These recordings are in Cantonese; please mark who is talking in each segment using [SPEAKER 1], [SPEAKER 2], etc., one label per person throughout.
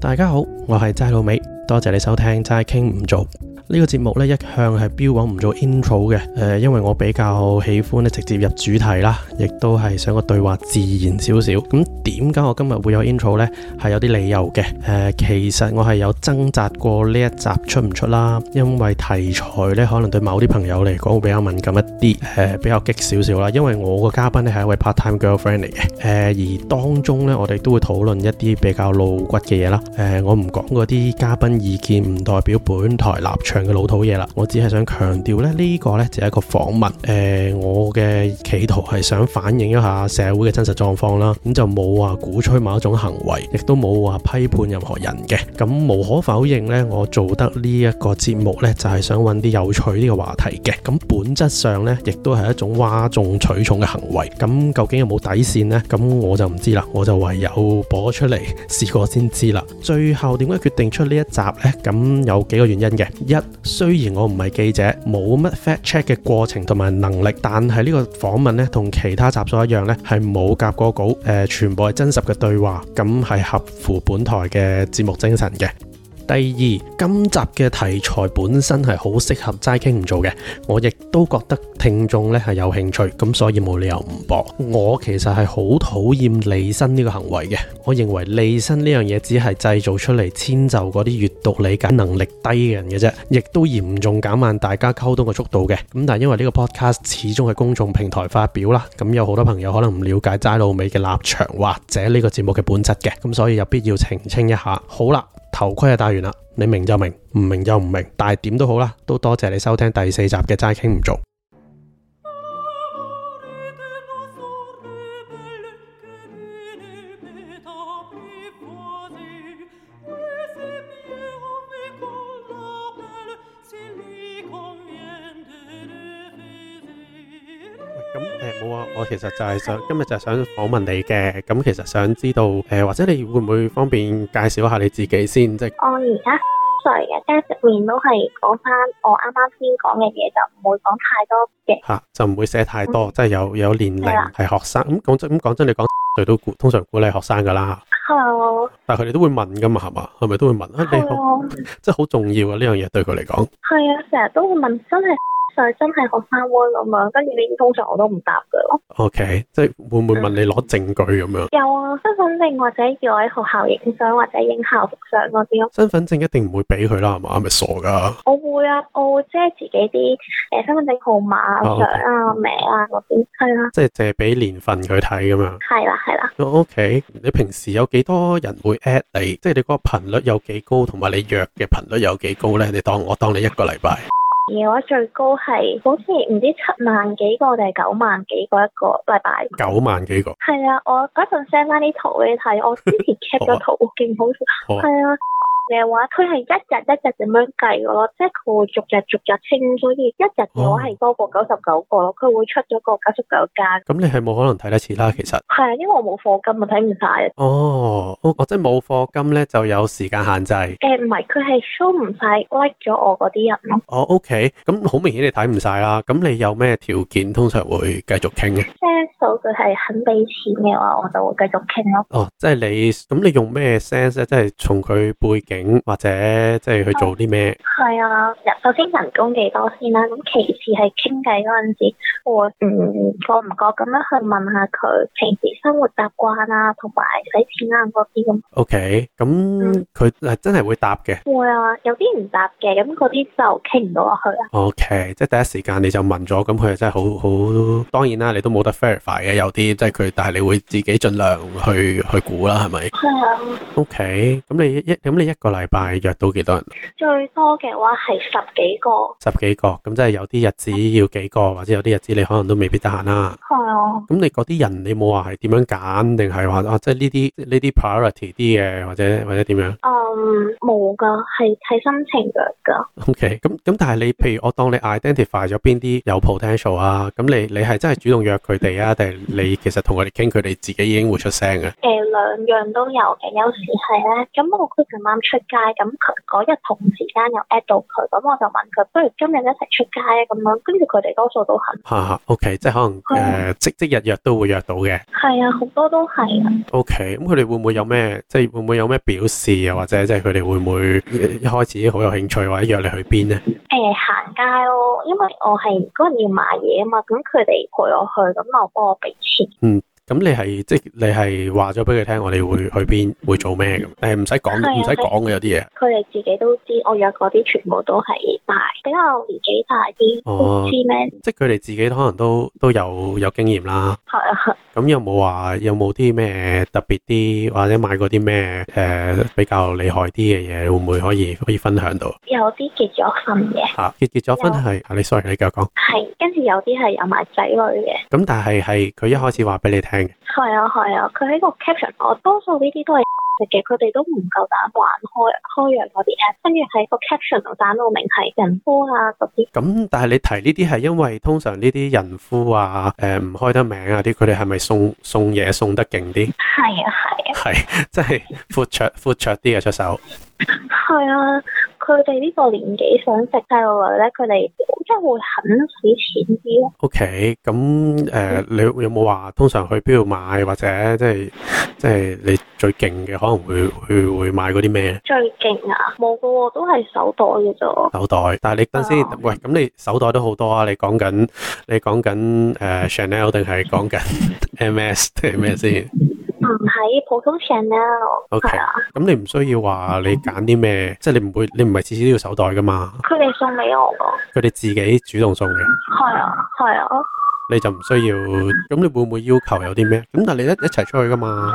[SPEAKER 1] 大家好，我係齋老味，多謝你收聽齋傾唔做。呢個節目呢，一向係標榜唔做 intro 嘅，誒、呃，因為我比較喜歡咧直接入主題啦，亦都係想個對話自然少少。咁點解我今日會有 intro 呢？係有啲理由嘅。誒、呃，其實我係有掙扎過呢一集出唔出啦，因為題材呢，可能對某啲朋友嚟講會比較敏感一啲，誒、呃，比較激少少啦。因為我個嘉賓呢係一位 part time girlfriend 嚟嘅，誒、呃，而當中呢，我哋都會討論一啲比較露骨嘅嘢啦。誒、呃，我唔講嗰啲嘉賓意見，唔代表本台立場。嘅老土嘢啦，我只係想強調咧，呢個呢就係一個訪問。誒、呃，我嘅企圖係想反映一下社會嘅真實狀況啦，咁就冇話鼓吹某一種行為，亦都冇話批判任何人嘅。咁無可否認呢，我做得呢一個節目呢，就係、是、想揾啲有趣呢個話題嘅。咁本質上呢，亦都係一種嘩眾取寵嘅行為。咁究竟有冇底線呢？咁我就唔知啦，我就唯有播出嚟試過先知啦。最後點解決定出呢一集呢？咁有幾個原因嘅，一雖然我唔係記者，冇乜 fact check 嘅過程同埋能力，但係呢個訪問呢，同其他集數一樣呢，係冇夾過稿，誒、呃、全部係真實嘅對話，咁係合乎本台嘅節目精神嘅。第二，今集嘅題材本身係好適合齋傾唔做嘅，我亦都覺得聽眾呢係有興趣，咁所以冇理由唔播。我其實係好討厭利申呢個行為嘅，我認為利申呢樣嘢只係製造出嚟遷就嗰啲閱讀理解能力低嘅人嘅啫，亦都嚴重減慢大家溝通嘅速度嘅。咁但係因為呢個 podcast 始終係公眾平台發表啦，咁有好多朋友可能唔了解齋老味嘅立場或者呢個節目嘅本質嘅，咁所以有必要澄清一下。好啦。頭盔啊戴完啦，你明就明，唔明就唔明，但係點都好啦，都多謝你收聽第四集嘅齋傾唔做。呃啊我其實就係想今日就係想訪問你嘅，咁其實想知道誒、呃，或者你會唔會方便介紹下你自己先？即係
[SPEAKER 2] 我而家歲嘅，即係直面都係講翻我啱啱先講嘅嘢，就唔會講太多嘅。
[SPEAKER 1] 嚇、啊，就唔會寫太多，嗯、即係有有年齡係啊學生咁講真咁講真，你講歲都估通常估你係學生㗎啦。
[SPEAKER 2] 係
[SPEAKER 1] 但係佢哋都會問噶嘛，係嘛？係咪都會問啊？你好，即係好重要啊！呢樣嘢對佢嚟講
[SPEAKER 2] 係啊，成日都會問，真係。就真係學生妹咁樣，跟住呢啲通常我都唔答嘅咯。
[SPEAKER 1] OK，即係會唔會問你攞證據咁樣？
[SPEAKER 2] 有啊，身份證或者要喺學校影相或者影校服相嗰啲咯。
[SPEAKER 1] 身份證一定唔會俾佢啦，係嘛？係咪傻㗎？
[SPEAKER 2] 我會啊，我會遮自己啲誒身份證號碼、相啊、名啊嗰啲，係啊。
[SPEAKER 1] 即係淨係俾年份佢睇咁樣。
[SPEAKER 2] 係啦，係啦。
[SPEAKER 1] OK，你平時有幾多人會 at 你？即係你嗰個頻率有幾高，同埋你約嘅頻率有幾高咧？你當我當你一個禮拜。
[SPEAKER 2] 嘅話最高係好似唔知七萬幾個定係九萬幾個一個禮拜。
[SPEAKER 1] 九萬幾個？
[SPEAKER 2] 係啊，我嗰陣 send 翻啲圖俾你睇，我之 前 cap 咗圖，勁好笑。係啊，嘅話佢係一日一日咁樣計嘅咯，即係佢會逐日逐日清，所以一日嘅話係多過九十九個咯，佢會出咗個九十九間。
[SPEAKER 1] 咁你係冇可能睇得切啦，其實。
[SPEAKER 2] 係啊，因為我冇課金，我睇唔晒。啊
[SPEAKER 1] 哦，我即係冇課金咧，就有時間限制。誒
[SPEAKER 2] 唔係，佢係 show 唔晒 like 咗我嗰啲人咯。
[SPEAKER 1] 哦，OK。咁好明顯你睇唔晒啦，咁你有咩條件通常會繼續傾嘅？
[SPEAKER 2] 即係數據係肯俾錢嘅話，我就會繼續傾咯。
[SPEAKER 1] 哦，即係你咁你用咩 sense 咧？即係從佢背景或者即係去做啲咩？
[SPEAKER 2] 係啊，首先人工幾多先啦，咁其次係傾偈嗰陣時，我唔覺唔覺咁樣去問下佢平時生活習慣啊，同埋使錢啊嗰啲咁。
[SPEAKER 1] OK，咁佢係真係會答嘅。
[SPEAKER 2] 會啊，有啲唔答嘅，咁嗰啲就傾唔到落去。啊
[SPEAKER 1] O.K. 即係第一時間你就問咗，咁佢真係好好。當然啦，你都冇得 verify 嘅，有啲即係佢，但係你會自己盡量去去估啦，係咪？
[SPEAKER 2] 係啊。
[SPEAKER 1] O.K. 咁你一咁你一個禮拜約到幾多人？
[SPEAKER 2] 最多嘅話係十幾個。
[SPEAKER 1] 十幾個，咁即係有啲日子要幾個，或者有啲日子你可能都未必得閒啦。
[SPEAKER 2] 係啊。
[SPEAKER 1] 咁你嗰啲人你冇話係點樣揀，定係話啊，即係呢啲呢啲 priority 啲嘅，或者或者點樣？
[SPEAKER 2] 嗯，冇噶，係睇心情約噶。
[SPEAKER 1] O.K. 咁咁，但係你。譬如我當你 identify 咗邊啲有 potential 啊，咁你你係真係主動約佢哋啊，定係你其實同佢哋
[SPEAKER 2] 呃
[SPEAKER 1] 傾，佢哋自己已經會出聲嘅？
[SPEAKER 2] 誒兩樣都有嘅，有時係咧，咁我 group 咁啱出出街，咁佢嗰日同時間又 at 到佢，咁我就問佢，不如今日一齊出街啊咁樣，跟住佢哋多數都肯，
[SPEAKER 1] 吓吓，OK，即係可能
[SPEAKER 2] 係啊
[SPEAKER 1] 诶即即日日都會約到嘅。
[SPEAKER 2] 係啊，好多都係啊，
[SPEAKER 1] OK，咁佢哋會唔會有咩即係會唔會有咩表示啊？或者即係佢哋會唔會一開始已經好有興趣，或者約你去邊呢？
[SPEAKER 2] 誒呃行街咯，因為我係嗰日要買嘢啊嘛，咁佢哋陪我去，咁又幫我俾錢。
[SPEAKER 1] 咁你係即係你係話咗俾佢聽，我哋會去邊，會做咩咁？诶，唔使講，
[SPEAKER 2] 係啊
[SPEAKER 1] 唔使講嘅有啲嘢。
[SPEAKER 2] 佢哋自己都知，我約嗰啲全部都係大比較年紀大啲，
[SPEAKER 1] 哦
[SPEAKER 2] 都知咩
[SPEAKER 1] 即係佢哋自己可能都都有有經驗啦。
[SPEAKER 2] 係啊，
[SPEAKER 1] 咁有冇話有冇啲咩特別啲，或者買過啲咩誒比較厲害啲嘅嘢，會唔會可以可以分享到
[SPEAKER 2] 有啲結咗婚嘅，
[SPEAKER 1] 啊？結結咗婚係啊，你 sorry，你繼續講。
[SPEAKER 2] 係跟住有啲係有埋仔女嘅，
[SPEAKER 1] 咁但係係佢一開始話俾你聽嘅，
[SPEAKER 2] 係啊係啊，佢喺個 caption 我多數呢啲都係 嘅，佢哋都唔夠膽玩開開揚嗰啲 app，跟住喺個 caption 度打到明係人夫啊嗰啲，
[SPEAKER 1] 咁但係你提呢啲係因為通常呢啲人夫啊，誒、唔開得名啊啲，佢哋係咪送送嘢送得勁啲？
[SPEAKER 2] 係啊係啊
[SPEAKER 1] 係即係闊綽闊綽啲嘅出手。
[SPEAKER 2] 係啊，佢哋呢個年紀想食細路女咧，佢哋即係會肯使錢啲咯。
[SPEAKER 1] OK，咁誒、你有冇話通常去邊度買，或者即係即係你最勁嘅可能會會會買嗰啲咩呢？
[SPEAKER 2] 最勁啊，冇噶喎，都係手袋嘅啫。
[SPEAKER 1] 手袋，但係你等先
[SPEAKER 2] 啊，
[SPEAKER 1] 喂，咁你手袋都好多啊！你講緊你講緊誒 Chanel 定係講緊 MS 定係咩先
[SPEAKER 2] 唔係普通 Chanel，
[SPEAKER 1] ？OK，
[SPEAKER 2] 係啊，
[SPEAKER 1] 咁你唔需要話你揀啲咩，即係你唔會，你唔係次次都要手袋噶嘛？
[SPEAKER 2] 佢哋送俾我噶，
[SPEAKER 1] 佢哋自己主動送嘅，
[SPEAKER 2] 係啊，係啊，
[SPEAKER 1] 你就唔需要。咁你會唔會要求有啲咩？咁但係你一一齊出去噶嘛？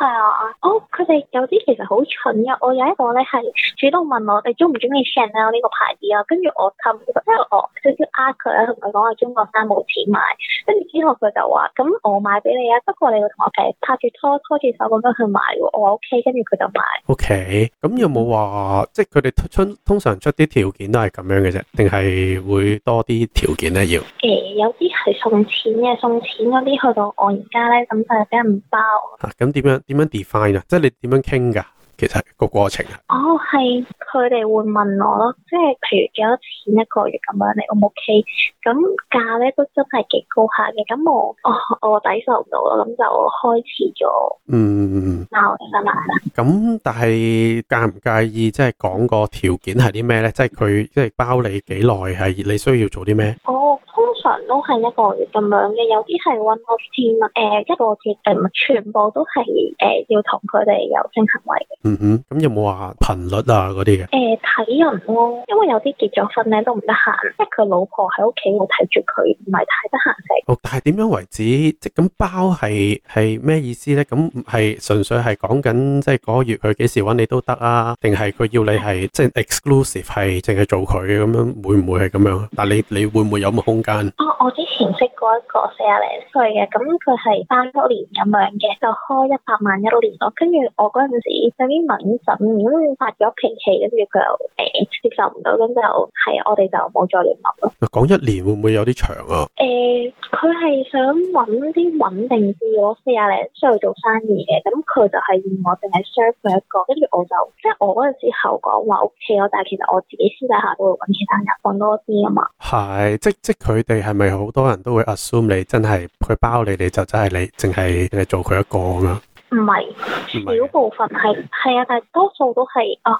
[SPEAKER 2] 係啊。哦，佢哋有啲其實好蠢嘅，我有一個咧係主動問我哋中唔中意 Chanel 呢個牌子啊，跟住我氹，即係我少少呃佢咧，同佢講我中國衫冇錢買，跟住之後佢就話：咁我買俾你啊，不過你要同我誒拍住拖拖住手咁樣去買喎。我話 OK，跟住佢就買。
[SPEAKER 1] OK，咁有冇話即係佢哋出通常出啲條件都係咁樣嘅啫，定係會多啲條件咧？要
[SPEAKER 2] 誒、有啲係送錢嘅，送錢嗰啲去到我而家咧，咁就係俾人包。
[SPEAKER 1] 啊？咁點樣點樣 define 啊？即係你點樣傾㗎？其實個過程啊。
[SPEAKER 2] 哦，係佢哋會問我咯，即係譬如幾多錢一個月咁樣，你 O 唔 OK？咁價咧都真係幾高下嘅，咁我哦我我抵受唔到咯，咁就開始咗
[SPEAKER 1] 嗯，
[SPEAKER 2] 鬧翻啦。
[SPEAKER 1] 咁但係介唔介意即係講個條件係啲咩咧？即係佢即係包你幾耐，係你需要做啲咩？
[SPEAKER 2] 我哦通常都係一個月咁樣嘅，有啲係 one off 添啊，誒、一個月誒全部都係誒、要同佢哋有性行為嘅，
[SPEAKER 1] 嗯哼，咁有冇話頻率啊嗰啲嘅？
[SPEAKER 2] 誒、睇人咯，因為有啲結咗婚咧都唔得閒，即係佢老婆喺屋企會睇住佢，唔係太得閒食。
[SPEAKER 1] 哦，但係點樣為止？即係咁包係係咩意思咧？咁係純粹係講緊即係嗰個月佢幾時揾你都得啊？定係佢要你係即係 exclusive 係淨係做佢嘅咁樣？會唔會係咁樣？但係你你會唔會有咁嘅空間？
[SPEAKER 2] 哦，我之前識過一個四廿零歲嘅，咁佢係翻一年咁樣嘅，就開一百萬一年咯。跟住我嗰陣時有啲敏感，咁發咗脾氣，跟住佢又誒接受唔到，咁就係我哋就冇再聯絡咯。
[SPEAKER 1] 講一年會唔會有啲長啊？
[SPEAKER 2] 誒，佢係想揾啲穩定啲咯，四廿零歲做生意嘅，咁佢就係要我淨係 serve 佢一個，跟住我就即係我嗰陣時候講話 OK 咯，但係其實我自己私底下都會揾其他人揾多啲啊嘛。
[SPEAKER 1] 係，即即佢哋係咪好多人都會 assume 你真係佢包你，你就真係你淨係淨係做佢一個咁樣？
[SPEAKER 2] 唔係。
[SPEAKER 1] 唔啊
[SPEAKER 2] 少
[SPEAKER 1] 係
[SPEAKER 2] 部分係係啊，但係多數都係啊誒，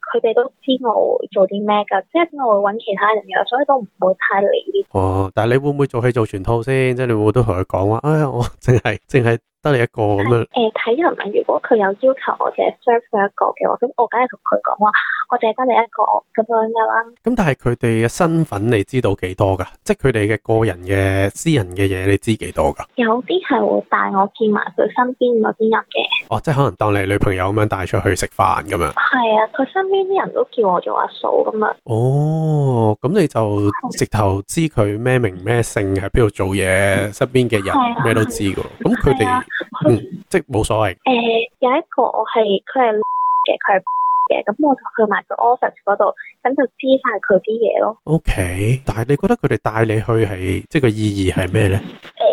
[SPEAKER 2] 佢、哋都知我會做啲咩㗎，即係我會揾其他人嘅，所以都唔會太理呢
[SPEAKER 1] 哦，但係你會唔會做戲做全套先？即係你會唔會都同佢講話？哎呀，我淨係淨係得你一個咁樣。
[SPEAKER 2] 啲誒睇人啊。如果佢有要求我淨係 serve 佢一個嘅話，咁我梗係同佢講話，我淨係得你一個咁樣㗎啦。
[SPEAKER 1] 咁但係佢哋嘅身份你知道幾多㗎？即係佢哋嘅個人嘅私人嘅嘢你知幾多㗎？
[SPEAKER 2] 有啲係會帶我見埋佢身邊嗰啲人嘅，
[SPEAKER 1] 哦，即係可能當你係女朋友咁樣帶出去食飯咁樣。
[SPEAKER 2] 係啊，佢身邊啲人都叫我做阿嫂咁啊，
[SPEAKER 1] 哦，咁你就直頭知佢咩名咩姓喺邊度做嘢，身邊嘅
[SPEAKER 2] 係
[SPEAKER 1] 人
[SPEAKER 2] 啊
[SPEAKER 1] 咩都知㗎喎。咁佢
[SPEAKER 2] 係
[SPEAKER 1] 哋
[SPEAKER 2] 啊。
[SPEAKER 1] 嗯，即係冇所謂。
[SPEAKER 2] 誒、呃有一個我係佢係嘅，佢係嘅，咁我就去埋佢 office 嗰度，咁就知晒佢啲嘢咯。
[SPEAKER 1] O K，但係你覺得佢哋帶你去係即係個意義係咩咧？
[SPEAKER 2] 呃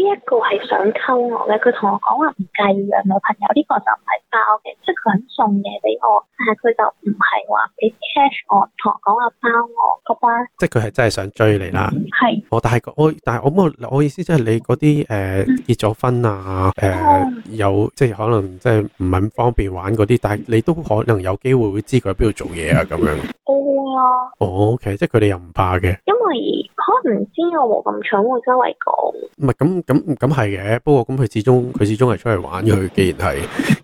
[SPEAKER 2] 誒呢一個係想溝我嘅，佢同我講話唔介意嘅女朋友，呢、個就唔係包嘅，即係佢肯送嘢俾我，但係佢就唔係話俾 cash 我，同我講話包我個班
[SPEAKER 1] 即係佢係真係想追你啦。
[SPEAKER 2] 係。
[SPEAKER 1] 我哦但係我但係我冇我意思即係你嗰啲誒結咗婚啊誒、
[SPEAKER 2] 嗯
[SPEAKER 1] 有即係可能即係唔係咁方便玩嗰啲，但係你都可能有機會會知佢喺邊度做嘢啊咁樣。
[SPEAKER 2] 哦啊。
[SPEAKER 1] 哦，OK，即係佢哋又唔怕嘅。
[SPEAKER 2] 因為可能知我冇咁蠢，會周圍講。
[SPEAKER 1] 唔係咁咁咁係嘅，不過咁佢始終佢始終係出嚟玩嘅。佢既然係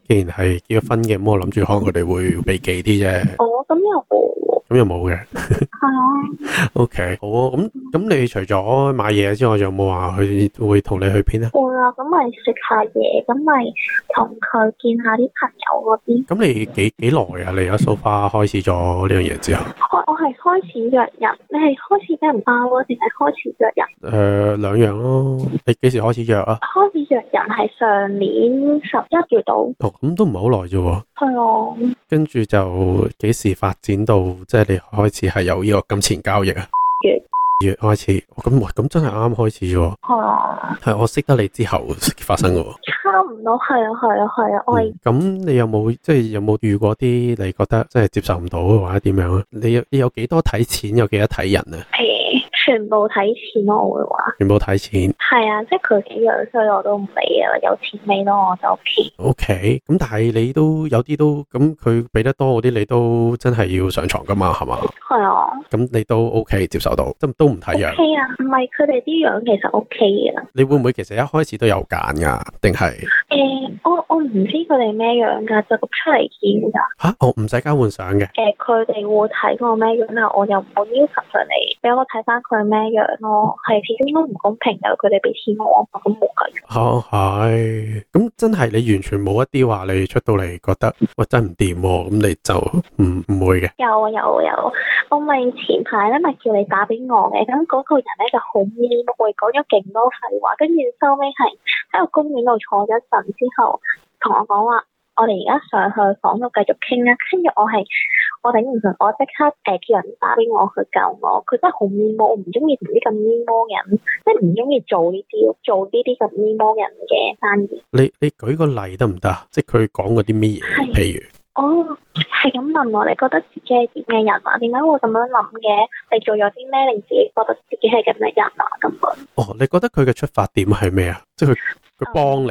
[SPEAKER 1] 既然係結咗婚嘅，咁我諗住可能佢哋會避忌啲啫，
[SPEAKER 2] 哦，咁又冇喎
[SPEAKER 1] 咁又冇嘅。
[SPEAKER 2] 係啊，
[SPEAKER 1] OK，好啊。咁咁你除咗買嘢之外，仲有冇話佢會同你去邊啊？
[SPEAKER 2] 會啊，咁咪食下嘢，咁咪同佢見下啲朋友嗰啲。
[SPEAKER 1] 咁你幾幾耐啊？你而家 so far 開始咗呢樣嘢之後，
[SPEAKER 2] 我我係開始約人，你係開始俾人包啊，定係開始約人？
[SPEAKER 1] 誒、兩樣咯。你幾時開始約啊？
[SPEAKER 2] 開始約人係上年十一月度，
[SPEAKER 1] 哦，咁都唔係好耐啫喎。
[SPEAKER 2] 係啊，
[SPEAKER 1] 跟住就幾時發展到即係你開始係有呢個金錢交易啊？二
[SPEAKER 2] 月
[SPEAKER 1] 月開始，哦咁哇咁真係啱啱開始啫喎。
[SPEAKER 2] 係啊，
[SPEAKER 1] 係我識得你之後發生嘅喎。
[SPEAKER 2] 差唔多係啊，係啊，係啊，我係
[SPEAKER 1] 嗯咁、你有冇即係有冇遇過啲你覺得即係接受唔到或者點樣啊？你有你有幾多睇錢，有幾多睇人啊？
[SPEAKER 2] 誒全部睇錢咯，我會話
[SPEAKER 1] 全部睇錢。
[SPEAKER 2] 係啊，即係佢幾樣衰我都唔理啊，有錢俾到我就撇。
[SPEAKER 1] O K，咁但係你都有啲都咁，佢俾得多嗰啲，你都真係要上床噶嘛，係嘛？
[SPEAKER 2] 係啊。
[SPEAKER 1] 咁你都 O、k 接受到，都都唔睇
[SPEAKER 2] O
[SPEAKER 1] 樣。
[SPEAKER 2] K 啊，唔係佢哋啲樣其實 O K 嘅。
[SPEAKER 1] 你會唔會其實一開始都有揀噶？定係
[SPEAKER 2] 誒、呃我我唔知佢哋咩樣㗎，就咁出嚟見㗎。
[SPEAKER 1] 吓我哦唔使交換相嘅？
[SPEAKER 2] 誒、佢哋會睇我咩樣，但係我又冇要求佢哋俾我睇翻佢咩樣咯。係始終都唔公平㗎，佢哋俾錢我，我咁冇計。
[SPEAKER 1] 哦，係。咁真係你完全冇一啲話你出到嚟覺得喂真唔掂喎，咁你就唔唔會嘅。
[SPEAKER 2] 有啊有啊有啊，我咪前排咧咪叫你打俾我嘅，咁嗰個人咧就好 mean，我講咗勁多廢話，跟住收尾係喺個公園度坐咗一陣之後，同我講話，我哋而家上去房度繼續傾啦。跟住我係我頂唔順，我即刻誒叫人打俾我去救我，佢真係好 mean，我唔中意同啲咁 mean 嘅人，即係唔中意做呢啲做呢啲咁 mean 人嘅生意。
[SPEAKER 1] 你你舉個例得唔得啊？即係佢講嗰啲咩嘢？
[SPEAKER 2] 係
[SPEAKER 1] 譬如
[SPEAKER 2] 哦，係咁問我，你覺得自己係點嘅人啊？點解會咁樣諗嘅？你做咗啲咩令自己覺得自己係咁嘅人啊？咁樣
[SPEAKER 1] 哦，你覺得佢嘅出發點係咩啊？即係佢佢幫你。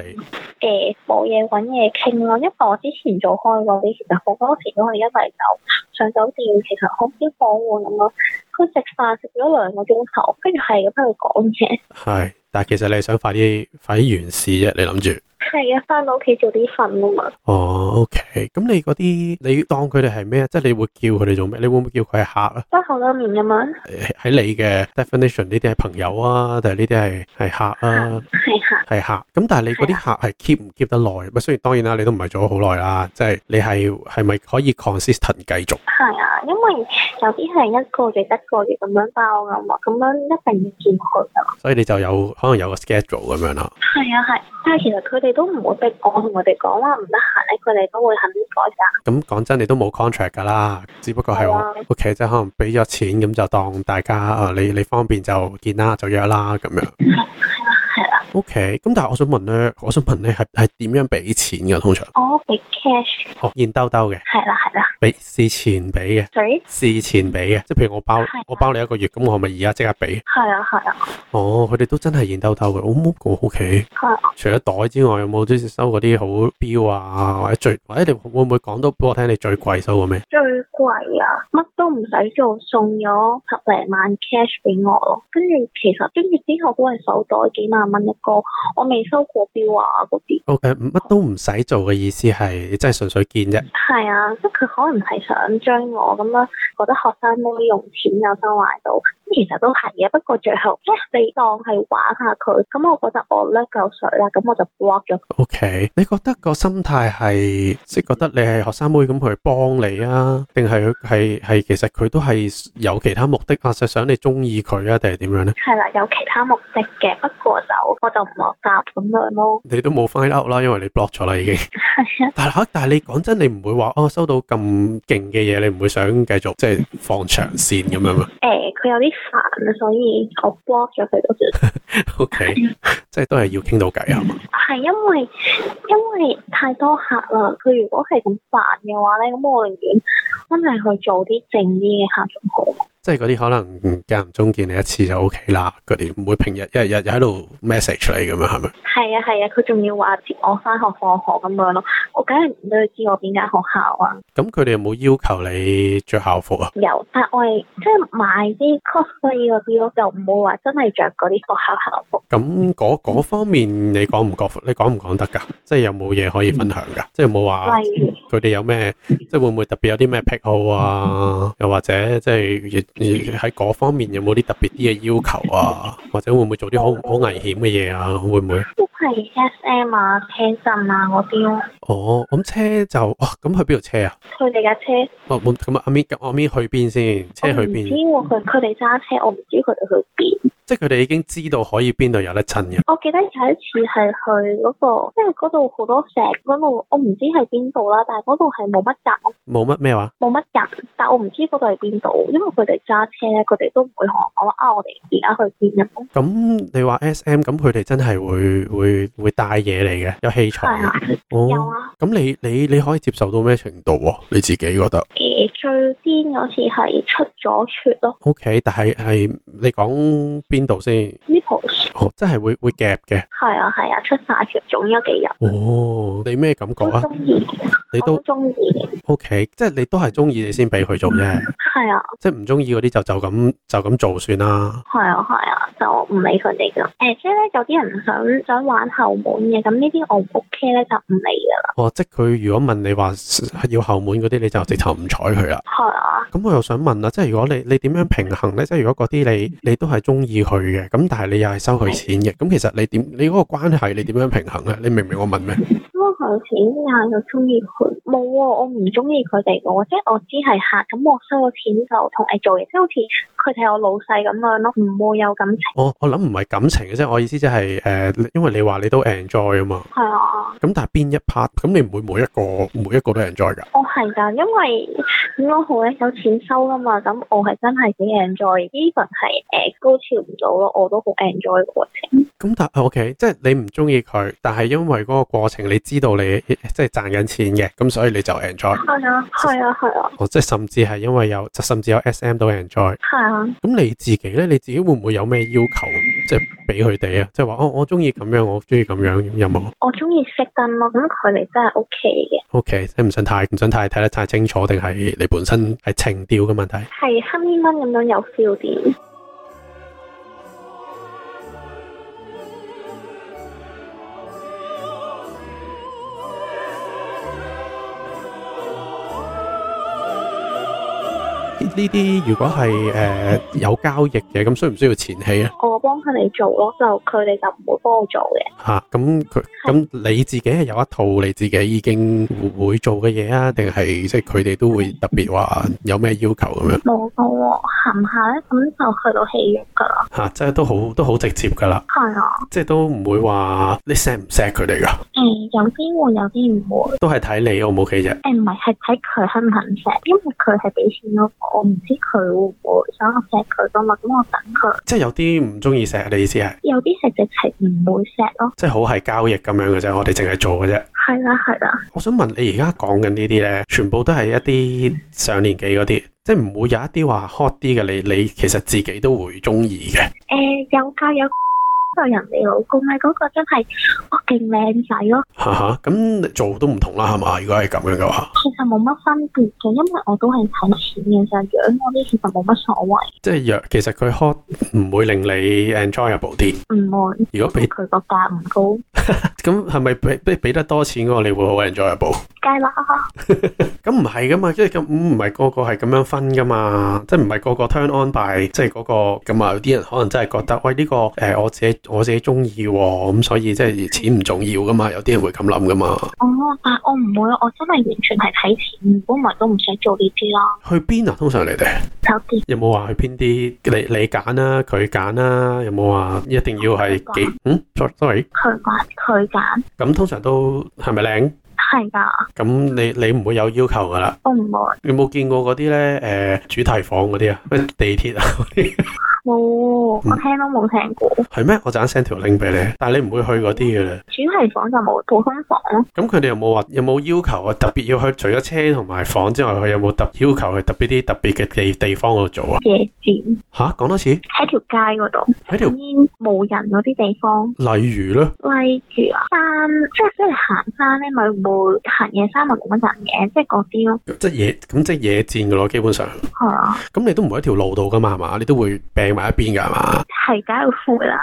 [SPEAKER 2] 誒冇嘢揾嘢傾咯，因為我之前做開嗰啲，其實好多時都係因為就上酒店，其實好少訪換咁咯。佢食飯食咗兩個鐘頭，跟住係咁喺度講嘢，
[SPEAKER 1] 係，但係其實你係想快啲快啲完事啫，你諗住。
[SPEAKER 2] 係啊，翻到屋企早啲瞓啊嘛。
[SPEAKER 1] 哦，OK，咁你嗰啲你當佢哋係咩？啊即係你會叫佢哋做咩？你會唔會叫佢係客啊？
[SPEAKER 2] 不後兩面咁樣，
[SPEAKER 1] 喺喺你嘅 definition 呢啲係朋友啊，定係呢啲係係客啊？
[SPEAKER 2] 係嚇。
[SPEAKER 1] 係客，咁但係你嗰啲客係啊 keep 唔 keep 得耐？咪雖然當然啦，你都唔係做咗好耐啦，即係你係係咪可以 consistent 繼續？
[SPEAKER 2] 係啊，因為有啲係一個月一個月咁樣包噶嘛，咁樣一定要見佢噶。
[SPEAKER 1] 所以你就有可能有個 schedule 咁樣啦。
[SPEAKER 2] 係啊係，但係其實佢哋都唔會逼我同佢哋講話唔得閒咧，佢哋都會肯改㗎。
[SPEAKER 1] 咁講真，你都冇 contract 㗎啦，只不過係
[SPEAKER 2] 係
[SPEAKER 1] 我
[SPEAKER 2] 啊
[SPEAKER 1] OK，即係可能俾咗錢咁就當大家啊，你你方便就見啦，就約啦咁樣。
[SPEAKER 2] 係啊啦，
[SPEAKER 1] OK，咁但係我想問咧，我想問咧係係點樣俾錢㗎？通常
[SPEAKER 2] 我俾 cash
[SPEAKER 1] 哦現兜兜嘅，
[SPEAKER 2] 係啦係啦，
[SPEAKER 1] 俾事前俾嘅，
[SPEAKER 2] 嘴
[SPEAKER 1] 事前俾嘅，即係譬如我包
[SPEAKER 2] 係啊
[SPEAKER 1] 我包你一個月，咁我係咪而家即刻俾？
[SPEAKER 2] 係啊係啊
[SPEAKER 1] 哦，佢哋都真係現兜兜嘅，我冇個 OK。
[SPEAKER 2] 係啊，
[SPEAKER 1] 除咗袋之外，有冇啲收嗰啲好錶啊，或者最或者你會唔會講到俾我聽你最貴收過咩？
[SPEAKER 2] 最貴啊，乜都唔使做，送咗十零萬 cash 俾我咯。跟住其實跟住之後都係手袋幾萬蚊一個，我未收過錶啊嗰啲。
[SPEAKER 1] O K，乜都唔使做嘅意思係，你真係純粹見啫。
[SPEAKER 2] 係啊，即係佢可能係想將我咁樣覺得學生妹用錢有收買到，咁其實都係嘅。不過最後即係你當係玩下佢，咁我覺得我叻夠水啦，咁我就 block 咗佢。
[SPEAKER 1] O、k 你覺得個心態係即係覺得你係學生妹咁佢幫你啊，定係佢係係其實佢都係有其他目的啊，就想你中意佢啊，定係點樣呢？
[SPEAKER 2] 係啦，有其他目的嘅，不過就我就就唔落答咁樣咯。
[SPEAKER 1] 你都冇 find out 啦，因為你 block 咗啦已經。
[SPEAKER 2] 係啊，
[SPEAKER 1] 但係嚇，但係你講真，你唔會話哦，收到咁勁嘅嘢，你唔會想繼續即係放長線咁樣嘛
[SPEAKER 2] 誒佢有啲煩，啊所以我 block 咗佢嗰段。
[SPEAKER 1] ？O K，即係都係要傾到偈啊嘛。
[SPEAKER 2] 係因為因為太多客啦，佢如果係咁煩嘅話咧，咁我寧願真係去做啲靜啲嘅客仲好。
[SPEAKER 1] 即係嗰啲可能嗯間唔中見你一次就 O K 啦，嗰啲唔會平日一日日喺度 message 你咁樣係咪？
[SPEAKER 2] 係啊係啊，佢仲要話接我翻學放學咁樣咯，我梗係唔都要知我邊間學校啊。
[SPEAKER 1] 咁佢哋有冇要求你着校服啊？
[SPEAKER 2] 有，但我係即係買啲 cosplay 嗰啲咯，就唔會話真係着嗰啲學校校服。
[SPEAKER 1] 咁嗰嗰方面你講唔講？你講唔講得㗎？即係有冇嘢可以分享㗎？即係有冇話
[SPEAKER 2] 例如
[SPEAKER 1] 佢哋有咩？即係會唔會特別有啲咩癖好啊？又或者即係喺嗰方面有冇啲特別啲嘅要求啊？或者會唔會做啲好好危險嘅嘢啊？會唔會？
[SPEAKER 2] 都係 SM 啊、聽震啊嗰啲咯，
[SPEAKER 1] 哦，咁車就哇，咁去邊度車啊？
[SPEAKER 2] 佢哋架車
[SPEAKER 1] 哦，咁咁阿咪咁阿咪去邊先？車
[SPEAKER 2] 我
[SPEAKER 1] 去
[SPEAKER 2] 唔知
[SPEAKER 1] 邊？
[SPEAKER 2] 喎，佢佢哋揸車，我唔知佢哋去邊。
[SPEAKER 1] 即係佢哋已經知道可以邊度有得襯嘅。
[SPEAKER 2] 我記得有一次係去嗰、個，即係嗰度好多石嗰度，我唔知係邊度啦，但係嗰度係冇乜人，
[SPEAKER 1] 冇乜咩話？
[SPEAKER 2] 冇乜人，但我唔知嗰度係邊度，因為佢哋揸車咧，佢哋都唔會同我講話啊，我哋而家去邊咁。
[SPEAKER 1] 咁你話 S.M. 咁佢哋真係會會會帶嘢嚟嘅，有器材
[SPEAKER 2] 係
[SPEAKER 1] 嘅。
[SPEAKER 2] 啊，有
[SPEAKER 1] 哦，
[SPEAKER 2] 啊。
[SPEAKER 1] 咁你你你可以接受到咩程度喎？你自己覺得
[SPEAKER 2] 誒、最癲嗰次係出咗血咯
[SPEAKER 1] OK？但係係你講邊度先？
[SPEAKER 2] ，nipples
[SPEAKER 1] 哦，真係會會夾嘅。
[SPEAKER 2] 係啊係啊，出晒血，總有幾日
[SPEAKER 1] 哦，你咩感覺
[SPEAKER 2] 都
[SPEAKER 1] 啊？
[SPEAKER 2] 中意，
[SPEAKER 1] 你
[SPEAKER 2] 我都
[SPEAKER 1] 都
[SPEAKER 2] 中意嘅，
[SPEAKER 1] OK，即係你都係中意你先俾佢做啫，
[SPEAKER 2] 係啊
[SPEAKER 1] 即係唔中意嗰啲就就咁就咁做算啦。
[SPEAKER 2] 係啊係啊，就唔理佢哋噶。誒，即係咧有啲人想想玩後門嘅，咁呢啲我唔 OK 咧就唔理噶啦，
[SPEAKER 1] 哦，即係佢如果問你話要後門嗰啲，你就直頭唔睬佢啦。
[SPEAKER 2] 係啊。
[SPEAKER 1] 咁我又想問啦，即係如果你你點樣平衡咧？即係如果嗰啲你你都係中意佢嘅，咁但係你又係收佢錢嘅，咁其實你點你嗰個關係你點樣平衡咧？你明唔明我問咩？
[SPEAKER 2] 咁我頭先嗌佢中啊意佢，冇喎、我唔中意佢哋嘅喎，即係我只係客，咁我收咗錢就同你做嘢，即係好似佢哋係我老細咁樣咯，唔會有感情，
[SPEAKER 1] 我我諗唔係感情嘅啫，我意思即係誒，因為你話你都 enjoy 啊嘛，
[SPEAKER 2] 係啊。
[SPEAKER 1] 咁但係邊一 part 咁你唔會每一個每一個都 enjoy 㗎？
[SPEAKER 2] 我哦係㗎，因為點講好咧？有錢收㗎嘛，咁我係真係幾 enjoy。even 係誒高潮唔到咯，我都好 enjoy 個過程。
[SPEAKER 1] 咁但係 OK，即係你唔中意佢，但係因為嗰個過程你知道你即係賺緊錢嘅，咁所以你就 enjoy。
[SPEAKER 2] 係啊，係啊，係啊，
[SPEAKER 1] 哦，即係甚至係因為有，甚至有 SM 都 enjoy。
[SPEAKER 2] 係啊。
[SPEAKER 1] 咁你自己咧，你自己會唔會有咩要求，即係俾佢哋啊？即係話哦，我中意咁樣，我中意咁樣，有冇
[SPEAKER 2] 我中意熄燈咯，咁佢哋真係 OK 嘅，
[SPEAKER 1] ？OK，即係唔想太唔想太睇得太清楚，定係你本身係情調嘅問題？
[SPEAKER 2] 係黑咪蚊咁樣有 feel 啲。
[SPEAKER 1] 呢啲如果係誒、呃有交易嘅，咁需唔需要前戲啊？
[SPEAKER 2] 我幫佢哋做咯，就佢哋就唔會幫我做嘅。
[SPEAKER 1] 吓咁佢咁你自己係有一套你自己已經會做嘅嘢啊？定係即係佢哋都會特別話有咩要求咁樣
[SPEAKER 2] 冇噶喎，含下咧，咁就去到戲肉㗎啦。
[SPEAKER 1] 吓、即係都好都好直接噶啦，
[SPEAKER 2] 係啊，
[SPEAKER 1] 即係都唔會話你錫唔錫佢哋噶，
[SPEAKER 2] 誒、有啲會，有啲唔會。
[SPEAKER 1] 都係睇你 O 唔 O K 啫。
[SPEAKER 2] 誒唔係，係睇佢肯唔肯錫，因為佢係俾錢嗰個，我唔知佢會唔會想我錫佢噶嘛，咁我等佢。
[SPEAKER 1] 即係有啲唔中意錫，你意思係
[SPEAKER 2] 有啲係直情唔會錫咯，
[SPEAKER 1] 即係好係交易咁樣嘅啫，我哋淨係做嘅啫。
[SPEAKER 2] 係啦係啦，
[SPEAKER 1] 我想問你而家講緊呢啲咧，全部都係一啲上年紀嗰啲，即係唔會有一啲話 hot 啲嘅，你你其實自己都會中意嘅。
[SPEAKER 2] 誒、有教有就人哋老公咧，嗰、個真係哇勁靚仔咯，
[SPEAKER 1] 哈哈，咁做都唔同啦，係嘛？如果係咁樣嘅話，
[SPEAKER 2] 其實冇乜分別嘅，因為我都係睇錢嘅就係樣嗰啲其實冇乜所謂，
[SPEAKER 1] 即係若其實佢 hot 唔會令你 enjoyable 啲。
[SPEAKER 2] 唔會
[SPEAKER 1] 如果俾
[SPEAKER 2] 佢個價唔高，
[SPEAKER 1] 咁係咪俾俾俾得多錢嗰個你會好 enjoyable？
[SPEAKER 2] 梗啦，
[SPEAKER 1] 咁唔係噶嘛，即係咁唔係個個係咁樣分噶嘛，即係唔係個個 turn on by 即係嗰個咁啊？有啲人可能真係覺得喂呢、個誒、呃我自己我自己中意喎，咁所以即係錢唔重要噶嘛，有啲人會咁諗噶嘛。
[SPEAKER 2] 哦，但係我唔會，我真係完全係睇錢，如果唔係都唔使做呢啲啦。
[SPEAKER 1] 去邊啊？通常你哋
[SPEAKER 2] 酒店
[SPEAKER 1] 有冇話去邊啲？你你揀啦、佢揀啦，有冇話一定要係幾？嗯，sorry sorry，
[SPEAKER 2] 佢揀佢揀，
[SPEAKER 1] 咁通常都係咪靚？
[SPEAKER 2] 係㗎，
[SPEAKER 1] 咁你你唔會有要求噶啦。
[SPEAKER 2] 我唔會
[SPEAKER 1] 你有冇見過嗰啲咧？誒、主題房嗰啲啊，咩地鐵啊嗰啲
[SPEAKER 2] 冇，我聽都冇聽過。
[SPEAKER 1] 係咩？我陣間 send 條 link 俾你，但係你唔會去嗰啲嘅啦。
[SPEAKER 2] 主題房就冇，普通房咯。
[SPEAKER 1] 咁佢哋有冇話有冇要求啊？特別要去除咗車同埋房之外，佢有冇特要求去特別啲特別嘅地地方嗰度做啊？
[SPEAKER 2] 夜店
[SPEAKER 1] 吓，講多次
[SPEAKER 2] 喺條街嗰度，
[SPEAKER 1] 喺條，
[SPEAKER 2] 邊冇人嗰啲地方，
[SPEAKER 1] 例如咧，
[SPEAKER 2] 例如啊山，即係即係行山咧，咪會行夜山咪冇乜人嘅，即係嗰啲咯，
[SPEAKER 1] 即係野咁即係野戰噶咯，基本上。
[SPEAKER 2] 係啊，
[SPEAKER 1] 咁你都唔會喺條路度噶嘛，係嘛？你都會病埋一邊㗎係嘛？
[SPEAKER 2] 係梗係會啦。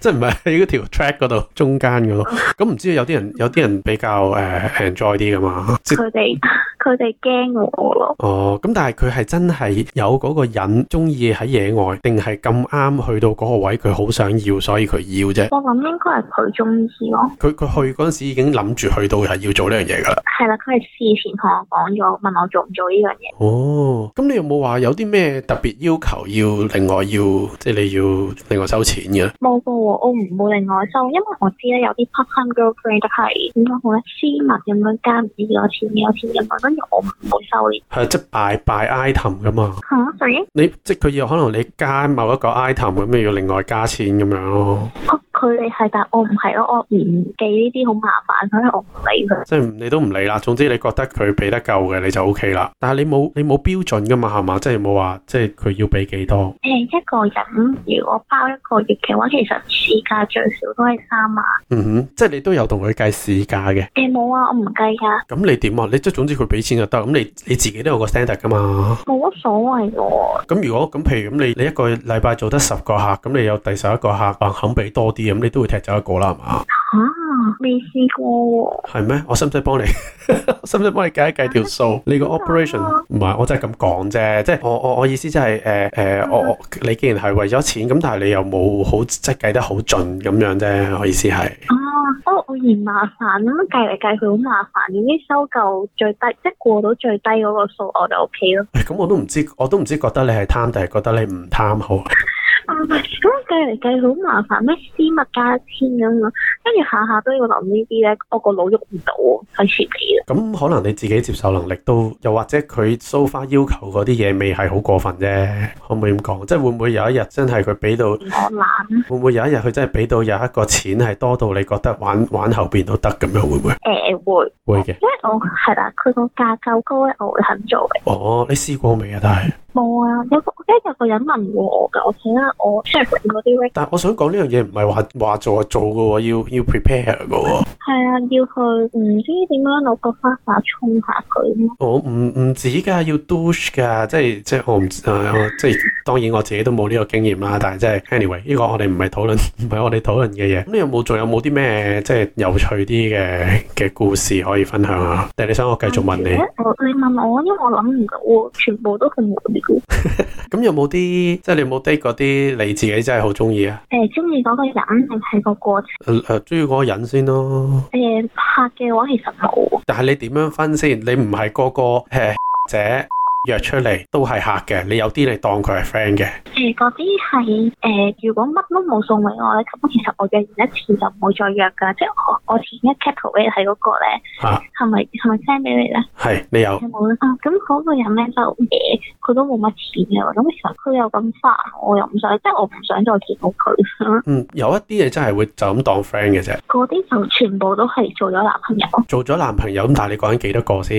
[SPEAKER 1] 即係唔係喺嗰條 track 嗰度中間嗰度？咁唔知有啲人有啲人比較誒、呃 enjoy 啲噶嘛？即
[SPEAKER 2] 佢哋佢哋驚我咯，
[SPEAKER 1] 哦，咁但係佢係真係有嗰個人中意喺野外，定係咁啱去到嗰個位，佢好想要，所以佢要啫。
[SPEAKER 2] 我諗應該係佢中意咯。
[SPEAKER 1] 佢佢去嗰陣時已經諗住去到係要做呢樣嘢㗎啦。
[SPEAKER 2] 係啦，佢係事前同我講咗，問我做唔做呢樣嘢。
[SPEAKER 1] 哦，咁你有冇話有啲咩特別要求要另外要，即係你要另外收錢嘅咧？
[SPEAKER 2] 冇噶喎，我唔會另外收，因為我知咧有啲 part time girlfriend 都係點講好咧，私密咁樣加唔知幾多錢幾多錢咁樣，跟住我唔會收呢。
[SPEAKER 1] 係即係 by by item 噶嘛？
[SPEAKER 2] 嚇、所
[SPEAKER 1] 你即係佢有可能你加某一個 item 咁，你要另外加錢咁樣咯。
[SPEAKER 2] 哦佢哋係，但係我唔係咯，我唔記呢啲好麻煩，所以我唔理佢。
[SPEAKER 1] 即係你都唔理啦。總之你覺得佢俾得夠嘅，你就 O K 啦。但係你冇你冇標準噶嘛，係嘛？即係冇話即係佢要俾幾多。
[SPEAKER 2] 誒一個人如果包一個月嘅話，其實市價最少都係三萬。
[SPEAKER 1] 嗯哼，即係你都有同佢計市價嘅。
[SPEAKER 2] 誒冇啊，我唔計㗎，
[SPEAKER 1] 咁你點啊？你即係總之佢俾錢就得。咁你你自己都有個 standard 噶嘛。
[SPEAKER 2] 冇乜所謂喎。
[SPEAKER 1] 咁如果咁譬如咁你你一個禮拜做得十個客，咁你有第十一個客話肯俾多啲，咁你都會踢走一個啦，係嘛？
[SPEAKER 2] 嚇、未試過喎。
[SPEAKER 1] 係咩？我使唔使幫你？ 我使唔使幫你計一計條數？ 你個 operation 唔係，我真係咁講啫。即係我我我意思即係誒誒，我我你既然係為咗錢，咁但係你又冇好即係計得好盡咁樣啫。我意思係。
[SPEAKER 2] 啊，哦，我嫌麻煩，咁樣計嚟計去好麻煩，點知收夠最低，即係過到最低嗰個數我就 O K 咯。
[SPEAKER 1] 喂咁我都唔知，我都唔知覺得你係貪定係覺得你唔貪好。
[SPEAKER 2] 啊咁計嚟計去好麻煩，咩私密加一千咁樣，跟住下下都要諗呢啲咧，我個腦喐唔到喎，費事你啦。
[SPEAKER 1] 咁可能你自己接受能力都，又或者佢 so far 要求嗰啲嘢未係好過分啫，可唔可以咁講？即係會唔會有一日真係佢俾到，
[SPEAKER 2] 啊我懶
[SPEAKER 1] 會唔會有一日佢真係俾到有一個錢係多到你覺得玩玩後邊都得咁樣，會唔會？
[SPEAKER 2] 誒會，
[SPEAKER 1] 會嘅。
[SPEAKER 2] 因為我係啦，佢個價夠高咧，我會肯做嘅。
[SPEAKER 1] 哦，你試過未啊？但係，
[SPEAKER 2] 冇啊，有個即係有個人問過我㗎，我睇下我 check 嗰啲 r
[SPEAKER 1] 但係我想講呢樣嘢唔係話話做就做嘅喎，要要 prepare 嘅喎。
[SPEAKER 2] 係啊，要去唔知點樣攞個花灑沖下佢咯。
[SPEAKER 1] 哦我唔唔止㗎，要 douche 㗎，即係即係我唔誒、我即係當然我自己都冇呢個經驗啦，但係即係 anyway 呢個我哋唔係討論， 唔係我哋討論嘅嘢。咁你有冇仲有冇啲咩即係有趣啲嘅嘅故事可以分享啊？定係你想我繼續問你？
[SPEAKER 2] 嗯我你問我，因為我諗唔到喎，全部都咁無聊。
[SPEAKER 1] 咁有冇啲即係你有冇 date 嗰啲你自己真係好中意啊？
[SPEAKER 2] 誒中意嗰個人定係個過程？
[SPEAKER 1] 誒、呃、中意嗰個人先咯。
[SPEAKER 2] 誒、拍嘅話其實冇，
[SPEAKER 1] 但係你點樣分先？你唔係個個 誒者約出嚟都係客嘅，你有啲你當佢係 friend 嘅。
[SPEAKER 2] 誒嗰啲係誒如果乜都冇送俾我咧，咁其實我約完一次就唔會再約㗎。即係我我前一 category 係嗰個咧，
[SPEAKER 1] 啊
[SPEAKER 2] 係咪係咪 send 俾你咧？
[SPEAKER 1] 係你有。
[SPEAKER 2] 有冇咧？啊咁嗰個人咧就誒佢都冇乜錢嘅喎，咁其實佢又咁煩，我又唔想，即係我唔想再見到佢。
[SPEAKER 1] 嗯，有一啲嘢真係會就咁當 friend 嘅啫。
[SPEAKER 2] 嗰啲就全部都係做咗男朋友。
[SPEAKER 1] 做咗男朋友咁，但係你講緊幾多個先？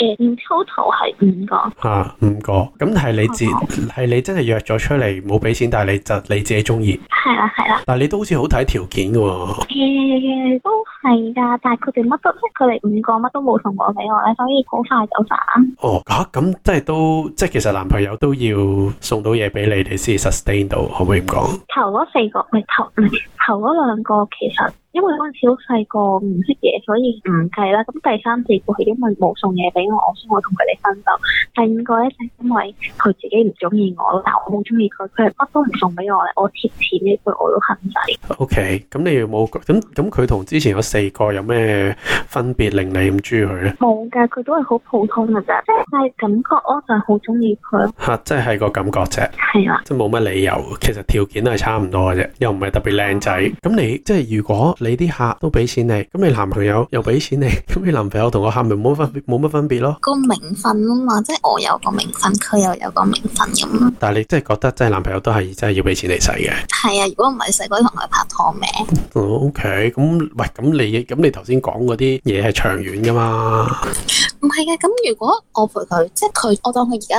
[SPEAKER 2] 誒、唔 total 係五個，
[SPEAKER 1] 嚇、五個。咁但係你自係你真係約咗出嚟冇俾錢，但係你就你自己中意。
[SPEAKER 2] 係啦係啦。
[SPEAKER 1] 但係你都好似好睇條件嘅喎。
[SPEAKER 2] 誒、都係㗎，但係佢哋乜都，即係佢哋五個乜都冇送過俾我咧，所以好快就散。
[SPEAKER 1] 哦，嚇、咁即係都即係其實男朋友都要送到嘢俾你，你先 sustain 到，可唔可以咁講？
[SPEAKER 2] 頭嗰四個，咪頭唔係頭頭嗰兩個其實因為嗰陣時好細個唔識嘢，所以唔計啦。咁第三四個係因為冇送嘢俾我，所以我同佢哋分手。第五個咧就係因為佢自己唔中意我咯，但我冇中意佢，佢係乜都唔送俾我咧，我貼錢呢句我都肯使。
[SPEAKER 1] O K，咁你又冇咁咁佢同之前嗰四個有咩分別令你咁中意佢咧？
[SPEAKER 2] 冇㗎，佢都係好普通㗎咋，即係感覺我就係好中意佢咯。
[SPEAKER 1] 吓、即係個感覺啫，
[SPEAKER 2] 係啦，
[SPEAKER 1] 即係冇乜理由。其實條件都係差唔多嘅啫，又唔係特別靚仔。咁你即係如果你啲客都俾錢你，咁你男朋友又俾錢你，咁你男朋友同個客咪冇乜分別冇乜分別咯。
[SPEAKER 3] 個名分啊嘛，即係我有個名分，佢又有個名分咁咯。
[SPEAKER 1] 但係你真係覺得真係男朋友都係真係要俾錢你使嘅。
[SPEAKER 3] 係啊，如果唔係細個同佢拍拖咩？
[SPEAKER 1] 哦，OK，咁喂，咁你咁你頭先講嗰啲嘢係長遠噶嘛？
[SPEAKER 3] 唔係嘅，咁如果我陪佢，即係佢，我當佢而家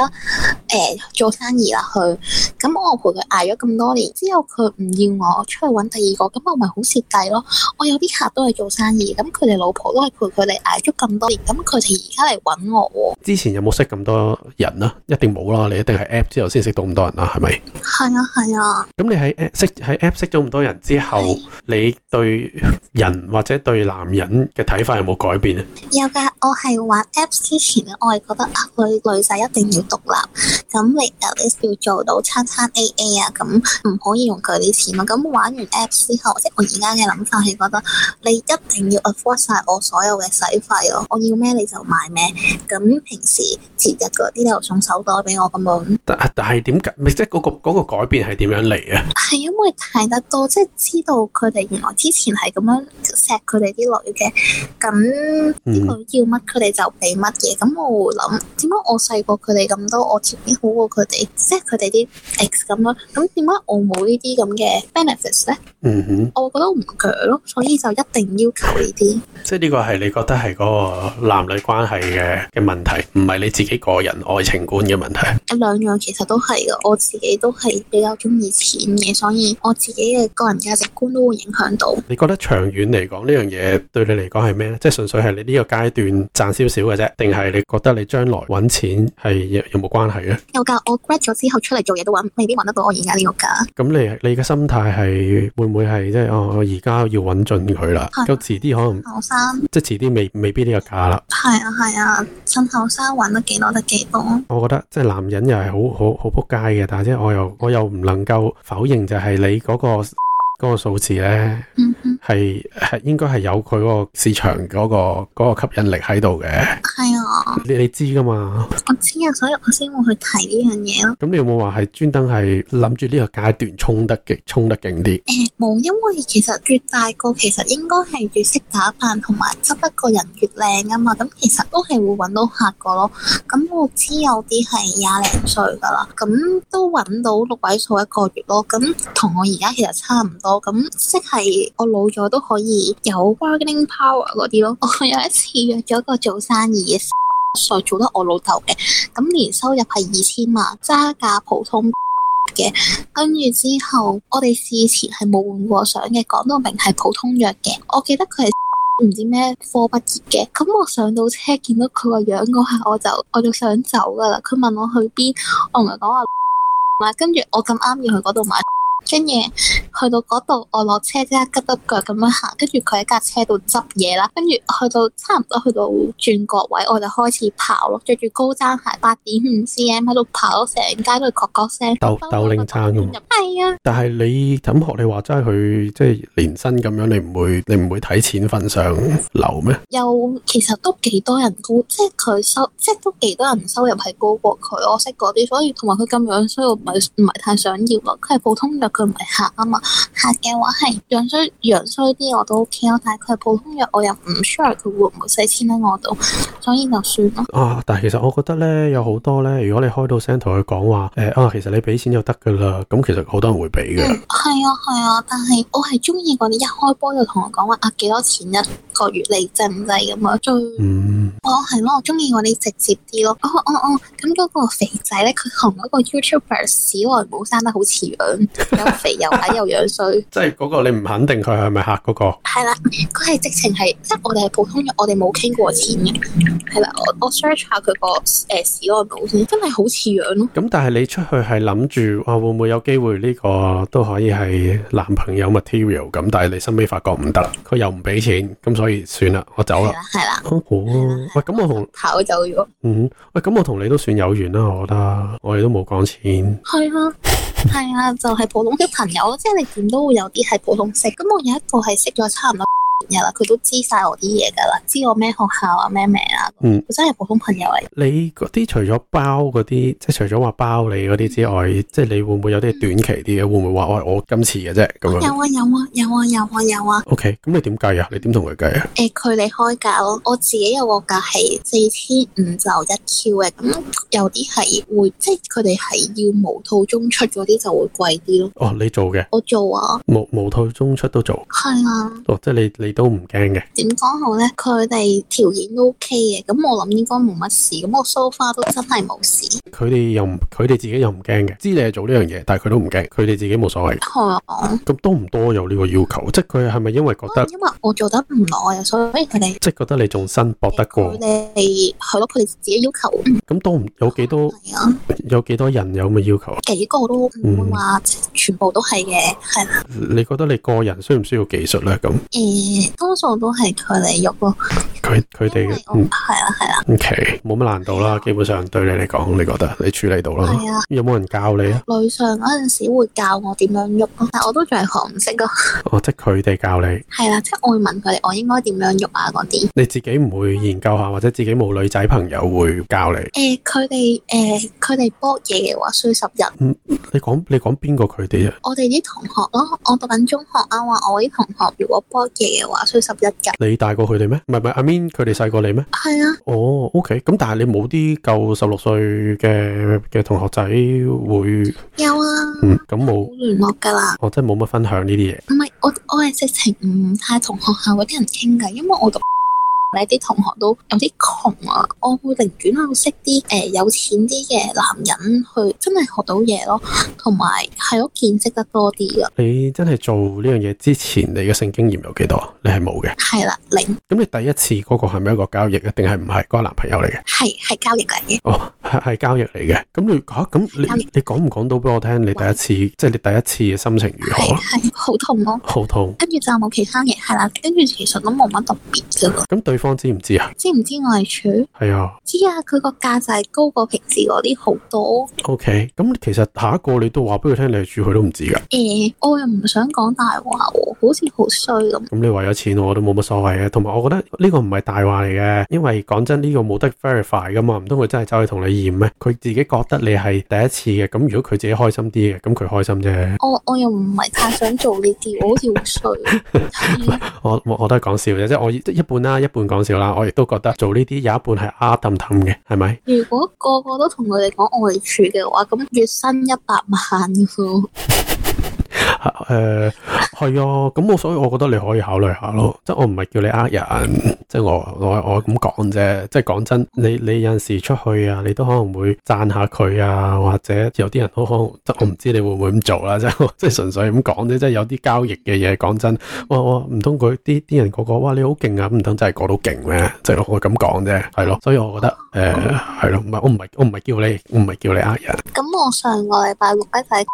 [SPEAKER 3] 誒做生意啦，佢咁我陪佢捱咗咁多年之後，佢唔要我，我出去揾第二個，咁我咪好蝕底咯。我有啲客都係做生意，咁佢哋老婆都係陪佢哋捱足咁多年，咁佢哋而家嚟揾我
[SPEAKER 1] 之前有冇識咁多人啊？一定冇啦，你一定係 App 之後先識到咁多人啦，係咪？
[SPEAKER 3] 喎。係啊，係啊，
[SPEAKER 1] 咁你喺 App 識喺 App 識咗咁多人之後，你對人或者對男人嘅睇法有冇改變啊？
[SPEAKER 3] 有㗎。我係玩 Apps 之前咧，我係覺得啊，女女仔一定要獨立，咁你 at least 要做到餐餐 AA 啊，咁唔可以用佢啲錢啊。咁玩完 Apps 之後，即係我而家嘅諗法係覺得你一定要 afford 晒我所有嘅使費咯，我要咩你就買咩。咁平時節日嗰啲你又送手袋俾我咁樣，
[SPEAKER 1] 但但係點解？咪即係嗰、個嗰個改變係點樣嚟啊？
[SPEAKER 3] 係因為睇得多，即係知道佢哋原來之前係咁樣錫佢哋啲女嘅，咁。
[SPEAKER 1] 嗯
[SPEAKER 3] 佢要乜佢哋就俾乜嘢，咁我會諗點解我細過佢哋咁多，我條件好過佢哋，即係佢哋啲 ex 咁樣，咁點解我冇呢啲咁嘅 benefits 咧？
[SPEAKER 1] 嗯哼，
[SPEAKER 3] 我會覺得我唔鋸咯，所以就一定要求呢啲。
[SPEAKER 1] 即係呢個係你覺得係嗰個男女關係嘅嘅問題，唔係你自己個人愛情觀嘅問題。
[SPEAKER 3] 兩樣其實都係嘅，我自己都係比較中意錢嘅，所以我自己嘅個人價值觀都會影響到。
[SPEAKER 1] 你覺得長遠嚟講呢樣嘢對你嚟講係咩咧？即係純粹係你呢個階段賺少少嘅啫，定係你覺得你將來揾錢係有有冇關係咧？
[SPEAKER 3] 有㗎，我 grad 咗之後出嚟做嘢都揾，未必揾得到我而家呢個價。
[SPEAKER 1] 咁你你嘅心態係會唔會係即係哦？我而家要揾盡佢啦，
[SPEAKER 3] 係
[SPEAKER 1] 咁遲啲可能
[SPEAKER 3] 後生
[SPEAKER 1] 即係遲啲未未必呢個價啦。
[SPEAKER 3] 係啊係啊，趁後生揾得幾多得幾多。
[SPEAKER 1] 我覺得即係男人又係好好好撲街嘅，但係即係我又我又唔能夠否認就係你嗰、個 嗰個數字咧
[SPEAKER 3] 嗯哼。
[SPEAKER 1] 係係應該係有佢嗰個市場嗰、個嗰個吸引力喺度嘅，
[SPEAKER 3] 係啊，
[SPEAKER 1] 你你知噶嘛？
[SPEAKER 3] 我知啊，所以我先會去提呢樣嘢咯。
[SPEAKER 1] 咁你有冇話係專登係諗住呢個階段衝得勁衝得勁啲？
[SPEAKER 3] 誒、冇，因為其實越大個，其實應該係越識打扮，同埋執一個人越靚啊嘛。咁其實都係會揾到客個咯。咁我知有啲係廿零歲噶啦，咁都揾到六位數一個月咯。咁同我而家其實差唔多，咁即係我老咗都可以有 bargaining power 嗰啲咯。 我有一次約咗個做生意嘅歲做得我老豆嘅，咁年收入係二千萬，揸架普通。跟住之後，我哋事前係冇換過相嘅，講到明係普通藥嘅。我記得佢係唔知咩科畢業嘅。咁我上到車見到佢個樣嗰下，我就我就想走噶啦。佢問我去邊，我同佢講話 啦。跟住我咁啱要去嗰度買，跟住去到嗰度，我落車即刻急急腳咁樣行，跟住佢喺架車度執嘢啦。跟住去到差唔多去到轉角位，我就開始跑咯，着住高踭鞋八點五 cm 喺度跑，成街都係角角聲。
[SPEAKER 1] 鬥鬥令撐咁。
[SPEAKER 3] 係啊，
[SPEAKER 1] 但係你咁學你話齋，佢即係年薪咁樣，你唔會你唔會睇錢份上流咩？
[SPEAKER 3] 又其實都幾多人高，即係佢收，即係都幾多人收入係高過佢。我識嗰啲，所以同埋佢咁樣衰，我唔係唔係太想要咯。佢係普通藥，佢唔係客啊嘛。客嘅話係樣衰樣衰啲我都 OK 咯，但係佢係普通藥，我又唔 sure 佢會唔會使錢喺我度，所以就算咯。
[SPEAKER 1] 啊！但係其實我覺得咧，有好多咧，如果你開到聲同佢講話，誒、啊，其實你俾錢就得噶啦，咁其實好多人會俾
[SPEAKER 3] 嗯
[SPEAKER 1] 嘅。，
[SPEAKER 3] 係啊係啊，但係我係中意嗰啲一開波就同我講話啊幾多錢一個個月嚟制唔制咁樣最。
[SPEAKER 1] 嗯，
[SPEAKER 3] 哦，係咯，我中意嗰啲直接啲咯。哦哦哦，咁、嗰個肥仔咧，佢同嗰個 YouTuber 史萊姆生得好似樣，又肥又矮又樣衰。
[SPEAKER 1] 即係嗰個你唔肯定佢係咪客嗰個，
[SPEAKER 3] 係啦，佢係直情係，即係我哋係普通人，我哋冇傾過錢嘅。係啦，我我 search 下佢個誒史萊姆先，真係好似樣咯。
[SPEAKER 1] 咁但係你出去係諗住啊會唔會有機會呢個都可以係男朋友 material 咁，但係你身尾發覺唔得啦，佢又唔俾錢，咁所以算啦，我走
[SPEAKER 3] 係
[SPEAKER 1] 啦。
[SPEAKER 3] 啦，係啦，
[SPEAKER 1] 啊好，喂，咁我同
[SPEAKER 3] 跑走咗。
[SPEAKER 1] 嗯，喂，咁我同你都算有緣啦，我覺得，我哋都冇講錢。
[SPEAKER 3] 係啊，係啊，就係、普通嘅朋友咯，即係你點都會有啲係普通識。咁我有一個係識咗差唔多 日啦，佢都知晒我啲嘢噶啦，知我咩學校啊、咩名啊，
[SPEAKER 1] 嗯
[SPEAKER 3] 佢真係普通朋友嚟。
[SPEAKER 1] 你嗰啲除咗包嗰啲，即係除咗話包你嗰啲之外，即係你會唔會有啲短期啲嘅？會唔會話喂我今次嘅啫咁樣
[SPEAKER 3] 有啊有啊有啊有啊有啊，
[SPEAKER 1] ？OK，咁你點計啊？你點同佢計啊？
[SPEAKER 3] 誒、佢哋開價咯，我自己有個價係四千五就一 Q 嘅，咁有啲係會即係佢哋係要無套中出嗰啲就會貴啲咯。
[SPEAKER 1] 哦，你做嘅，
[SPEAKER 3] 我做啊，
[SPEAKER 1] 無無套中出都做，
[SPEAKER 3] 係啊。
[SPEAKER 1] 哦，即係你你都唔驚嘅。
[SPEAKER 3] 點講好咧？佢哋條件都 OK 嘅，咁我諗應該冇乜事。咁我 so far 都真係冇事。
[SPEAKER 1] 佢哋又唔，佢哋自己又唔驚嘅，知你係做呢樣嘢，但係佢都唔驚，佢哋自己冇所謂。
[SPEAKER 3] 係啊，
[SPEAKER 1] 咁多唔多有呢個要求？即係佢係咪因為覺得，
[SPEAKER 3] 因為我做得唔耐啊，所以佢哋
[SPEAKER 1] 即係覺得你仲新搏得過
[SPEAKER 3] 佢？哋係咯，佢哋自己要求
[SPEAKER 1] 咁多唔有幾多
[SPEAKER 3] 係啊，
[SPEAKER 1] 有幾多人有咁嘅要求？啊
[SPEAKER 3] 幾個都唔會話全部都係嘅，係啦。
[SPEAKER 1] 你覺得你個人需唔需要技術咧？咁
[SPEAKER 3] 誒、多數都係佢哋喐咯，
[SPEAKER 1] 佢佢
[SPEAKER 3] 因
[SPEAKER 1] 哋
[SPEAKER 3] 為我
[SPEAKER 1] 嗯
[SPEAKER 3] 係啊係啊
[SPEAKER 1] OK 冇乜難度啦，基本上對你嚟講，你覺得你處理到啦。
[SPEAKER 3] 係啊。
[SPEAKER 1] 有冇人教你啊？
[SPEAKER 3] 女上嗰陣時會教我點樣喐咯，但我都仲係學唔識咯。
[SPEAKER 1] 哦，即係佢哋教你，
[SPEAKER 3] 係啦，即係我會問佢哋我應該點樣喐啊嗰啲。
[SPEAKER 1] 你自己唔會研究下，或者自己冇女仔朋友會教你。
[SPEAKER 3] 誒佢哋誒佢哋搏嘢嘅話需十日。
[SPEAKER 1] 你講你講邊個佢哋啊？
[SPEAKER 3] 我哋啲同學咯，我讀緊中學啊嘛，我啲同學如果 b 嘢嘅話，需十一㗎。
[SPEAKER 1] 你大過佢哋咩？唔係唔係，I mean 佢哋細過你咩？
[SPEAKER 3] 係啊，
[SPEAKER 1] 哦，OK，咁但係你冇啲夠十六歲嘅嘅同學仔會，
[SPEAKER 3] 有啊，
[SPEAKER 1] 嗯，咁冇
[SPEAKER 3] 冇，聯絡㗎啦。
[SPEAKER 1] 我真係冇乜分享呢啲嘢。
[SPEAKER 3] 唔係，我我係直情唔太同學校嗰啲人傾㗎，因為我讀 呢啲同學都有啲窮啊，我會寧願去識啲誒、呃有錢啲嘅男人去，真係學到嘢咯，同埋係咯見識得多啲㗎。
[SPEAKER 1] 你真係做呢樣嘢之前，你嘅性經驗有幾多啊？你係冇嘅。
[SPEAKER 3] 係啦，零
[SPEAKER 1] 咁你第一次嗰個係咪一個交易啊？定係唔係嗰個男朋友嚟嘅？
[SPEAKER 3] 係係交易嚟嘅。
[SPEAKER 1] 哦，係係交易嚟嘅。咁你嚇咁、
[SPEAKER 3] 交
[SPEAKER 1] 你
[SPEAKER 3] 易
[SPEAKER 1] 你講唔講到俾我聽？你第一次即係你第一次嘅心情如
[SPEAKER 3] 係
[SPEAKER 1] 何？
[SPEAKER 3] 係好痛咯，
[SPEAKER 1] 好痛。
[SPEAKER 3] 跟住就冇其他嘢，係啦，跟住其實都冇乜特別㗎咯。
[SPEAKER 1] 咁對方知唔知啊？
[SPEAKER 3] 知唔知我係處？
[SPEAKER 1] 係啊。
[SPEAKER 3] 知啊，佢個價就係高過平時嗰啲好多。
[SPEAKER 1] OK。咁其實下一個你都話俾佢聽，你係住佢都唔知㗎。
[SPEAKER 3] 誒、我又唔想講大話喎，好似好衰咁。
[SPEAKER 1] 咁你為咗錢我都冇乜所謂嘅，同埋我覺得呢個唔係大話嚟嘅，因為講真呢個冇得 verify 噶嘛，唔通佢真係走去同你驗咩？佢自己覺得你係第一次嘅，咁如果佢自己開心啲嘅，咁佢開心啫。
[SPEAKER 3] 我我又唔係太想做呢啲，我好似好衰。係啊
[SPEAKER 1] 我我我都係講笑啫，即係我即係一半啦，一半講笑啦。我亦都覺得做呢啲有一半係呃氹氹嘅，係咪？
[SPEAKER 3] 如果個個都同佢哋講我哋處嘅話，咁月薪一百萬嘅喎。
[SPEAKER 1] 誒、係啊，咁我所以我覺得你可以考慮下咯，即係我唔係叫你呃人，即係我我我咁講啫，即係講真，你你有陣時出去啊，你都可能會讚下佢啊，或者有啲人都可能，即係我唔知你會唔會咁做啦，即係我即係純粹咁講啫，即係有啲交易嘅嘢講真，我我唔通佢啲啲人個個哇你好勁啊，咁唔通真係個都勁咩？即係我咁講啫，係咯，所以我覺得誒呃係咯，唔係我唔係我唔係叫你唔係叫你呃人，
[SPEAKER 3] 咁我上個禮拜六咧就喺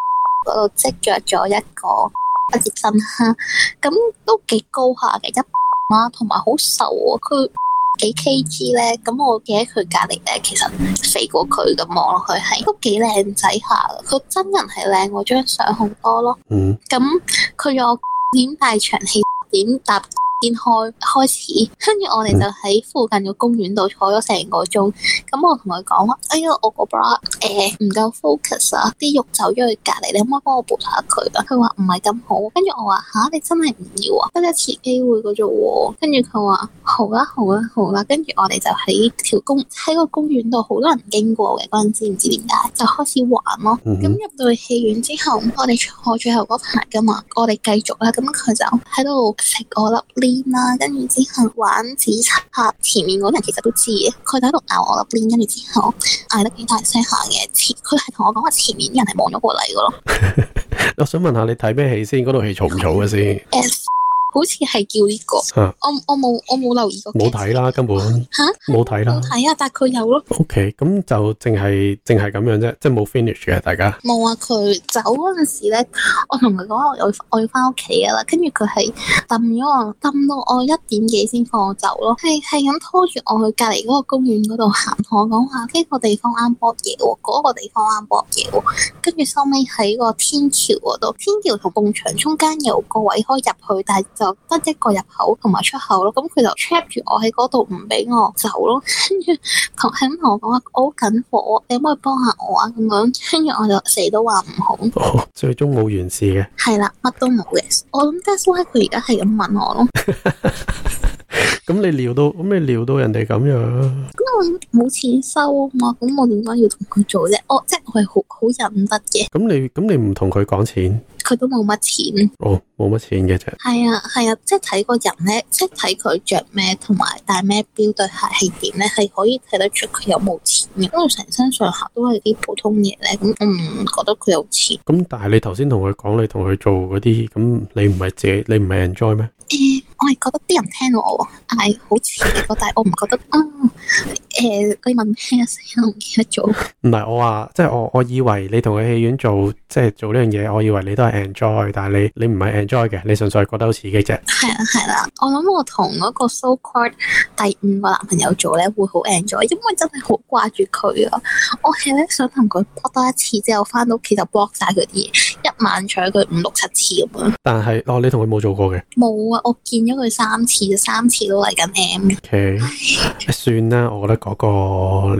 [SPEAKER 3] 嗰度積着咗一個 畢業生啦，咁都幾高下嘅一 啦，同埋好瘦喎，佢 幾 kg 咧，咁我企喺佢隔離咧，其實肥過佢咁望落去係都幾靚仔下嘅，佢真人係靚過張相好多咯，
[SPEAKER 1] 嗯。
[SPEAKER 3] 咁佢有點大場戲點搭。先開開始，跟住我哋就喺附近嘅公園度坐咗成個鐘。咁我同佢講話：哎呀，我個 bra 誒唔夠 focus 啊，啲肉走咗去隔離，你可唔可以幫我補下佢啊？佢話唔係咁好，跟住我話吓，你真係唔要啊，得一次機會嘅啫喎。跟住佢話好啦好啦好啦，跟住我哋就喺條公喺個公園度，好多人經過嘅嗰陣時，唔知點解就開始玩咯。
[SPEAKER 1] 嗯哼
[SPEAKER 3] 咁入到去戲院之後，我哋坐最後嗰排噶嘛，我哋繼續啦。咁佢就喺度食我粒 blend 啦，跟住之後玩指插，前面嗰人其實都知嘅，佢就喺度咬我粒 blend，跟住之後嗌得幾大聲下嘅，前佢係同我講話前面啲人係望咗過嚟噶咯，
[SPEAKER 1] 我想問下你睇咩戲先？嗰套戲嘈唔嘈嘅先？
[SPEAKER 3] 誒、好似係叫呢、個，
[SPEAKER 1] 嚇
[SPEAKER 3] 我我冇我冇留意過
[SPEAKER 1] 啊冇睇啊啦，根本
[SPEAKER 3] 嚇
[SPEAKER 1] 冇睇啦
[SPEAKER 3] 冇。睇啊，但係佢有咯。
[SPEAKER 1] OK，咁就淨係淨係咁樣啫，即係冇 finish 嘅大家。
[SPEAKER 3] 冇啊！佢走嗰陣時咧，我同佢講我要我要翻屋企噶啦，跟住佢係揼咗我，揼到我一點幾先放我走咯，係係咁拖住我去隔離嗰個公園嗰度行，同我講話呢個地方啱搏嘢喎，嗰、個地方啱搏嘢喎，跟住收尾喺個天橋嗰度，天橋同埲牆中間有個位可以入去，但係就得一個入口同埋出口咯，咁佢就 trap 住我喺嗰度唔俾我走咯，跟住同係咁同我講話我好緊火，你可唔可以幫下我啊？咁樣，跟住我就死都話唔好，
[SPEAKER 1] 哦，最終冇完事嘅。
[SPEAKER 3] 係啦，乜都冇嘅。我諗 that's why 佢而家係咁問我咯，
[SPEAKER 1] 咁你撩到，咁你撩到人哋咁樣，
[SPEAKER 3] 咁我冇錢收啊嘛，咁我點解要同佢做啫？我即係我係好好忍得嘅，
[SPEAKER 1] 咁你咁你唔同佢講錢，
[SPEAKER 3] 佢都冇乜錢。
[SPEAKER 1] 哦，冇乜錢嘅啫。
[SPEAKER 3] 係啊係啊，即係睇個人咧，即係睇佢着咩同埋戴咩錶對鞋係點咧，係可以睇得出佢有冇錢嘅。因為成身上下都係啲普通嘢咧，咁我唔覺得佢有錢。
[SPEAKER 1] 咁但係你頭先同佢講，你同佢做嗰啲，咁你唔係自己，你唔係 enjoy 咩？
[SPEAKER 3] 誒、我係覺得啲人聽到我嗌好似嘅，但係我唔覺得啊。誒、你問咩啊死我唔記得咗。
[SPEAKER 1] 唔係我話，即係我我以為你同佢戲院做，即係做呢樣嘢，我以為你都係 enjoy，但係你你唔係 enjoy 嘅，你純粹係覺得好刺激啫。
[SPEAKER 3] 係啦係啦，我諗我同嗰個 so called 第五個男朋友做咧，會好 enjoy，因為真係好掛住佢啊。我係咧想同佢搏多一次之後，翻到屋企就 block 晒佢啲嘢，一晚搶佢五六七次咁樣。
[SPEAKER 1] 但係哦，你同佢冇做過嘅
[SPEAKER 3] 冇啊，我見咗佢三次，三次都嚟緊 M。
[SPEAKER 1] ，OK，算啦，我覺得嗰、個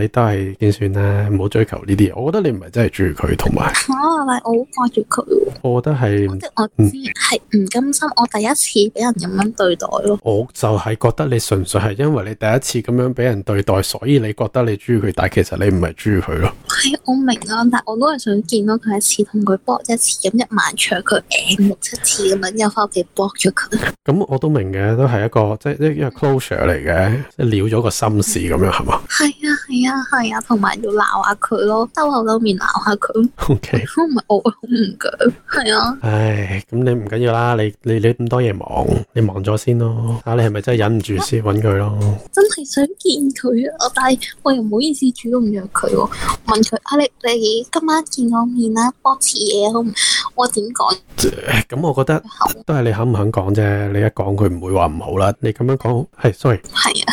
[SPEAKER 1] 你都係先算啦，唔好追求呢啲嘢。我覺得你唔係真係中意佢，同埋
[SPEAKER 3] 嚇、啊但係我好掛住佢喎。
[SPEAKER 1] 我覺得係，
[SPEAKER 3] 即係我知係唔甘心，我第一次俾人咁樣對待咯。
[SPEAKER 1] 我就係覺得你純粹係因為你第一次咁樣俾人對待，所以你覺得你中意佢，但係其實你唔係中意佢咯。
[SPEAKER 3] 係我明啊，但我都係想見到佢一次，同佢搏一次，咁一晚搶佢誒六七次咁樣，又翻屋企搏咗佢。
[SPEAKER 1] 咁我都明嘅，都係一個即係一個 closure 嚟嘅，即係了咗個心事咁樣係嘛
[SPEAKER 3] 係啊，係啊，係啊，同埋要鬧下佢咯，兜口兜面鬧下佢。
[SPEAKER 1] ？OK，
[SPEAKER 3] 如果唔係我會好唔鋸。係啊，
[SPEAKER 1] 唉，咁你唔緊要啦，你你你咁多嘢忙，你忙咗先咯。啊，你係咪真係忍唔住先揾佢咯？
[SPEAKER 3] 真係想見佢啊！但係我又唔好意思主動約佢喎，問佢啊你你今晚見我面啦，搏次嘢好唔？我點講
[SPEAKER 1] 唉咁我覺得
[SPEAKER 3] 好？
[SPEAKER 1] 都係你肯唔肯講啫。你一講佢唔會話唔好啦。你咁樣講係，sorry，
[SPEAKER 3] 係啊，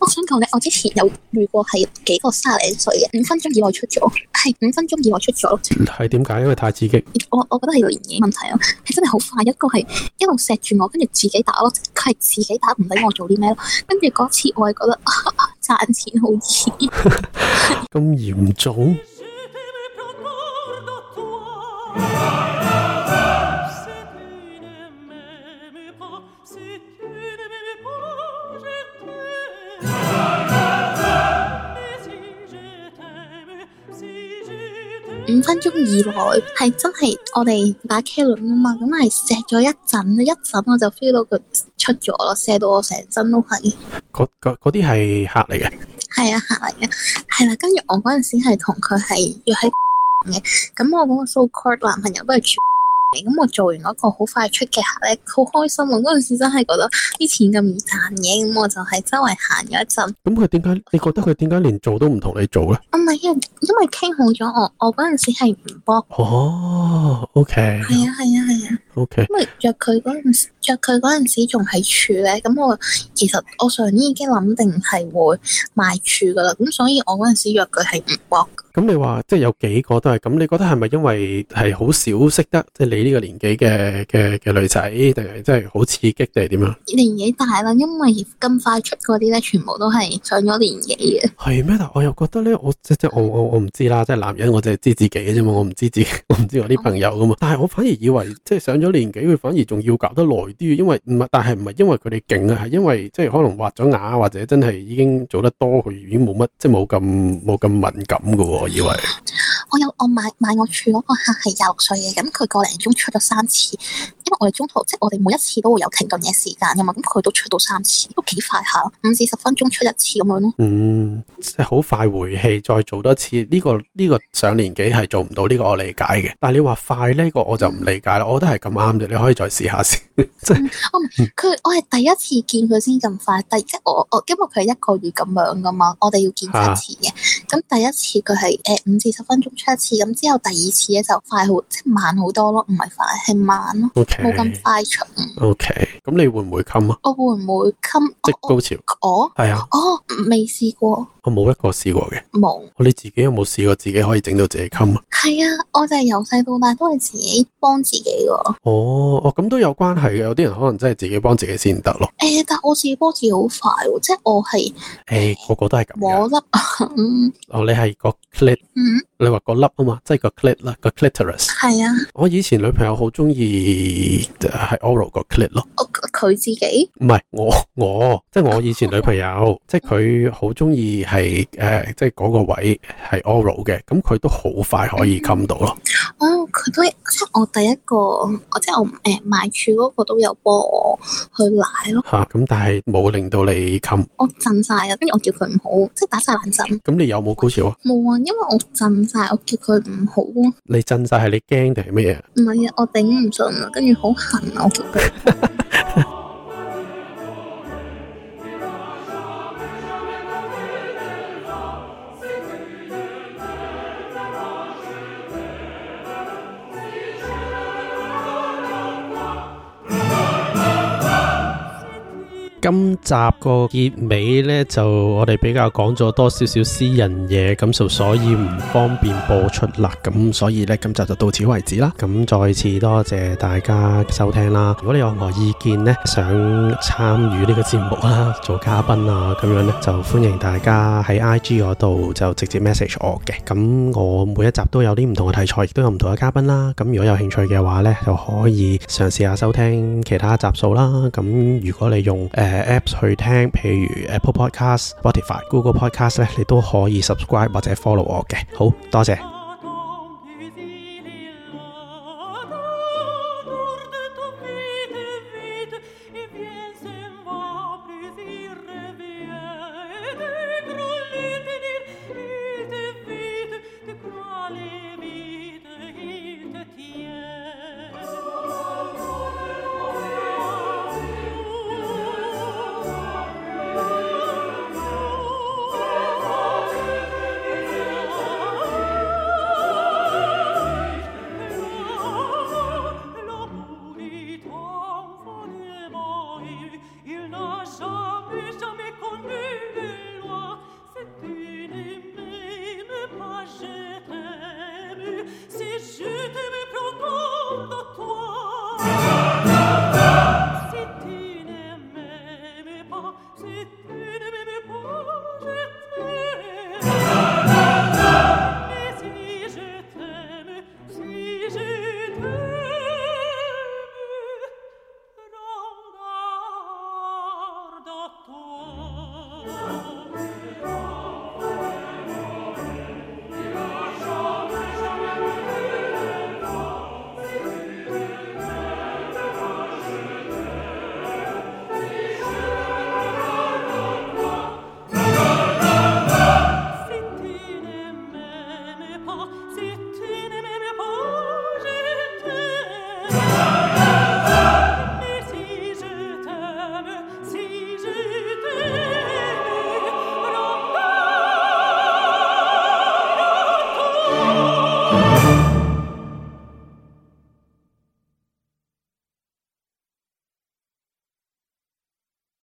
[SPEAKER 3] 我想講咧，我之前有遇過係幾個三廿零歲嘅，五分鐘以內出咗，係五分鐘以內出咗。
[SPEAKER 1] 係點解？因為太刺激。
[SPEAKER 3] 我我覺得係年紀問題啊，係真係好快。一個係一路錫住我，跟住自己打咯，佢係自己打，唔理我做啲咩咯。跟住嗰次我係覺得啊賺錢好易，
[SPEAKER 1] 咁嚴重？
[SPEAKER 4] Sietemi procordo tuo. Se tiene me, mi po, se tiene me, mi po, je t'aime. Mais si je t'aime, si je t'aime,
[SPEAKER 3] 五分鐘以內係真係我哋打茄輪啊嘛，咁係錫咗一陣，一陣我就 feel 到佢出咗咯，錫到我成身都係。
[SPEAKER 1] 嗰嗰嗰啲係客嚟嘅。
[SPEAKER 3] 係啊，客嚟嘅，係啦。跟住我嗰陣時係同佢係約喺嘅，咁我嗰個 so called 男朋友都係住嚟，咁我做完嗰個好快出嘅客咧，好開心喎！嗰陣時真係覺得啲錢咁易賺嘅，咁我就係周圍行咗一陣。哦
[SPEAKER 1] 咁佢點解？你覺得佢點解連做都唔同你做呢？
[SPEAKER 3] 唔係，因為因為傾好咗，我我嗰陣時係唔搏。
[SPEAKER 1] 哦，OK，OK，
[SPEAKER 3] 係啊，係啊，係啊。因為約佢嗰陣時，約佢嗰陣時仲係處咧，咁我其實我上年已經諗定係會賣處噶啦，咁所以我嗰陣時約佢係唔搏。
[SPEAKER 1] 咁你話即係有幾個都係咁，你覺得係咪因為係好少識得即係你呢個年紀嘅嘅嘅女仔，定係真係好刺激定係點樣？
[SPEAKER 3] 年紀大啦，因為咁快出嗰啲咧，全部都係上咗年紀嘅。
[SPEAKER 1] 係咩？但我又覺得咧，我即即我我我唔知啦，即係男人我淨係知自己嘅啫嘛，我唔知自己， 我唔知我啲朋友噶嘛。但係我反而以為即係上咗年紀，佢反而仲要搞得耐啲，因為唔係，但係唔係因為佢哋勁啊，係因為即係可能畫咗牙或者真係已經做得多，佢已經冇乜即係冇咁冇咁敏感噶喎，我以為。
[SPEAKER 3] 我有我買買我處嗰個客係廿六歲嘅，咁佢個零鐘出咗三次，因為我哋中途即係我哋每一次都會有停頓嘅時間噶嘛，咁佢都出到三次，都幾快下，五至十分鐘出一次咁樣咯。
[SPEAKER 1] 嗯，即係好快回氣，再做多次呢、個呢、個上年紀係做唔到呢、個我理解嘅。但係你話快呢、個我就唔理解啦，我覺得係咁啱嘅，你可以再試下先。
[SPEAKER 3] 佢我係第一次見佢先咁快，第即係我我因為佢係一個月咁樣噶嘛，我哋要見一次嘅。咁、第一次佢係誒五至十分鐘出一次，咁之後第二次咧就快好即係慢好多咯，唔係快係慢咯，
[SPEAKER 1] O K
[SPEAKER 3] 冇咁快出。嗯
[SPEAKER 1] O K，咁你會唔會襟啊？
[SPEAKER 3] 我會唔會襟？
[SPEAKER 1] 即
[SPEAKER 3] 我
[SPEAKER 1] 高潮
[SPEAKER 3] 我
[SPEAKER 1] 係啊，
[SPEAKER 3] 哦未試過
[SPEAKER 1] 我冇一個試過嘅。
[SPEAKER 3] 冇。
[SPEAKER 1] 你自己有冇試過自己可以整到自己襟啊？
[SPEAKER 3] 係啊，我就係由細到大都係自己幫自己噶。
[SPEAKER 1] 哦，哦，咁都有關係嘅。有啲人可能真係自己幫自己先得咯。
[SPEAKER 3] 誒、但我自己幫自己好快喎，即係我係
[SPEAKER 1] 誒、個個都係咁樣。
[SPEAKER 3] 摸粒， 嗯
[SPEAKER 1] 哦，你係個 clit，
[SPEAKER 3] 嗯，
[SPEAKER 1] 你話個粒啊嘛，即係個 clit 啦，個 clitoris。
[SPEAKER 3] 係啊，
[SPEAKER 1] 我以前女朋友好中意呃係 oral 個 clit 咯，
[SPEAKER 3] 我佢自己
[SPEAKER 1] 唔係我我，即係我以前女朋友，即係佢好中意係誒，即係嗰個位係 oral 嘅，咁佢都好快可以冚到咯。
[SPEAKER 3] 哦，佢都即係我第一個，我即係我誒、賣處嗰個都有幫我去奶咯，
[SPEAKER 1] 嚇、咁但係冇令到你冚，
[SPEAKER 3] 我震晒啊，跟住我叫佢唔好，即係打晒冷震，
[SPEAKER 1] 咁你有冇高潮啊？
[SPEAKER 3] 冇啊，因為我震晒，我叫佢唔好啊，
[SPEAKER 1] 你震晒係你驚定係乜嘢？
[SPEAKER 3] 唔係啊，我頂唔順啊，跟住好痕啊，我叫佢。
[SPEAKER 1] 今集個結尾呢，就我哋比較講咗多少少私人嘢，咁就所以唔方便播出啦。咁所以呢，今集就到此為止啦。咁再次多謝大家收聽啦。如果你有任何意見呢，想參與呢個節目啦，做嘉賓啊咁樣呢，就歡迎大家喺 IG 嗰度就直接 message 我嘅。咁我每一集都有啲唔同嘅題材，亦都有唔同嘅嘉賓啦。咁如果有興趣嘅話呢，就可以嘗試下收聽其他集數啦。咁如果你用誒、呃 Apps 去聽，譬如呃 Apple Podcast、Spotify、Google Podcast 咧，你都可以 subscribe 或者 follow 我嘅。好多謝，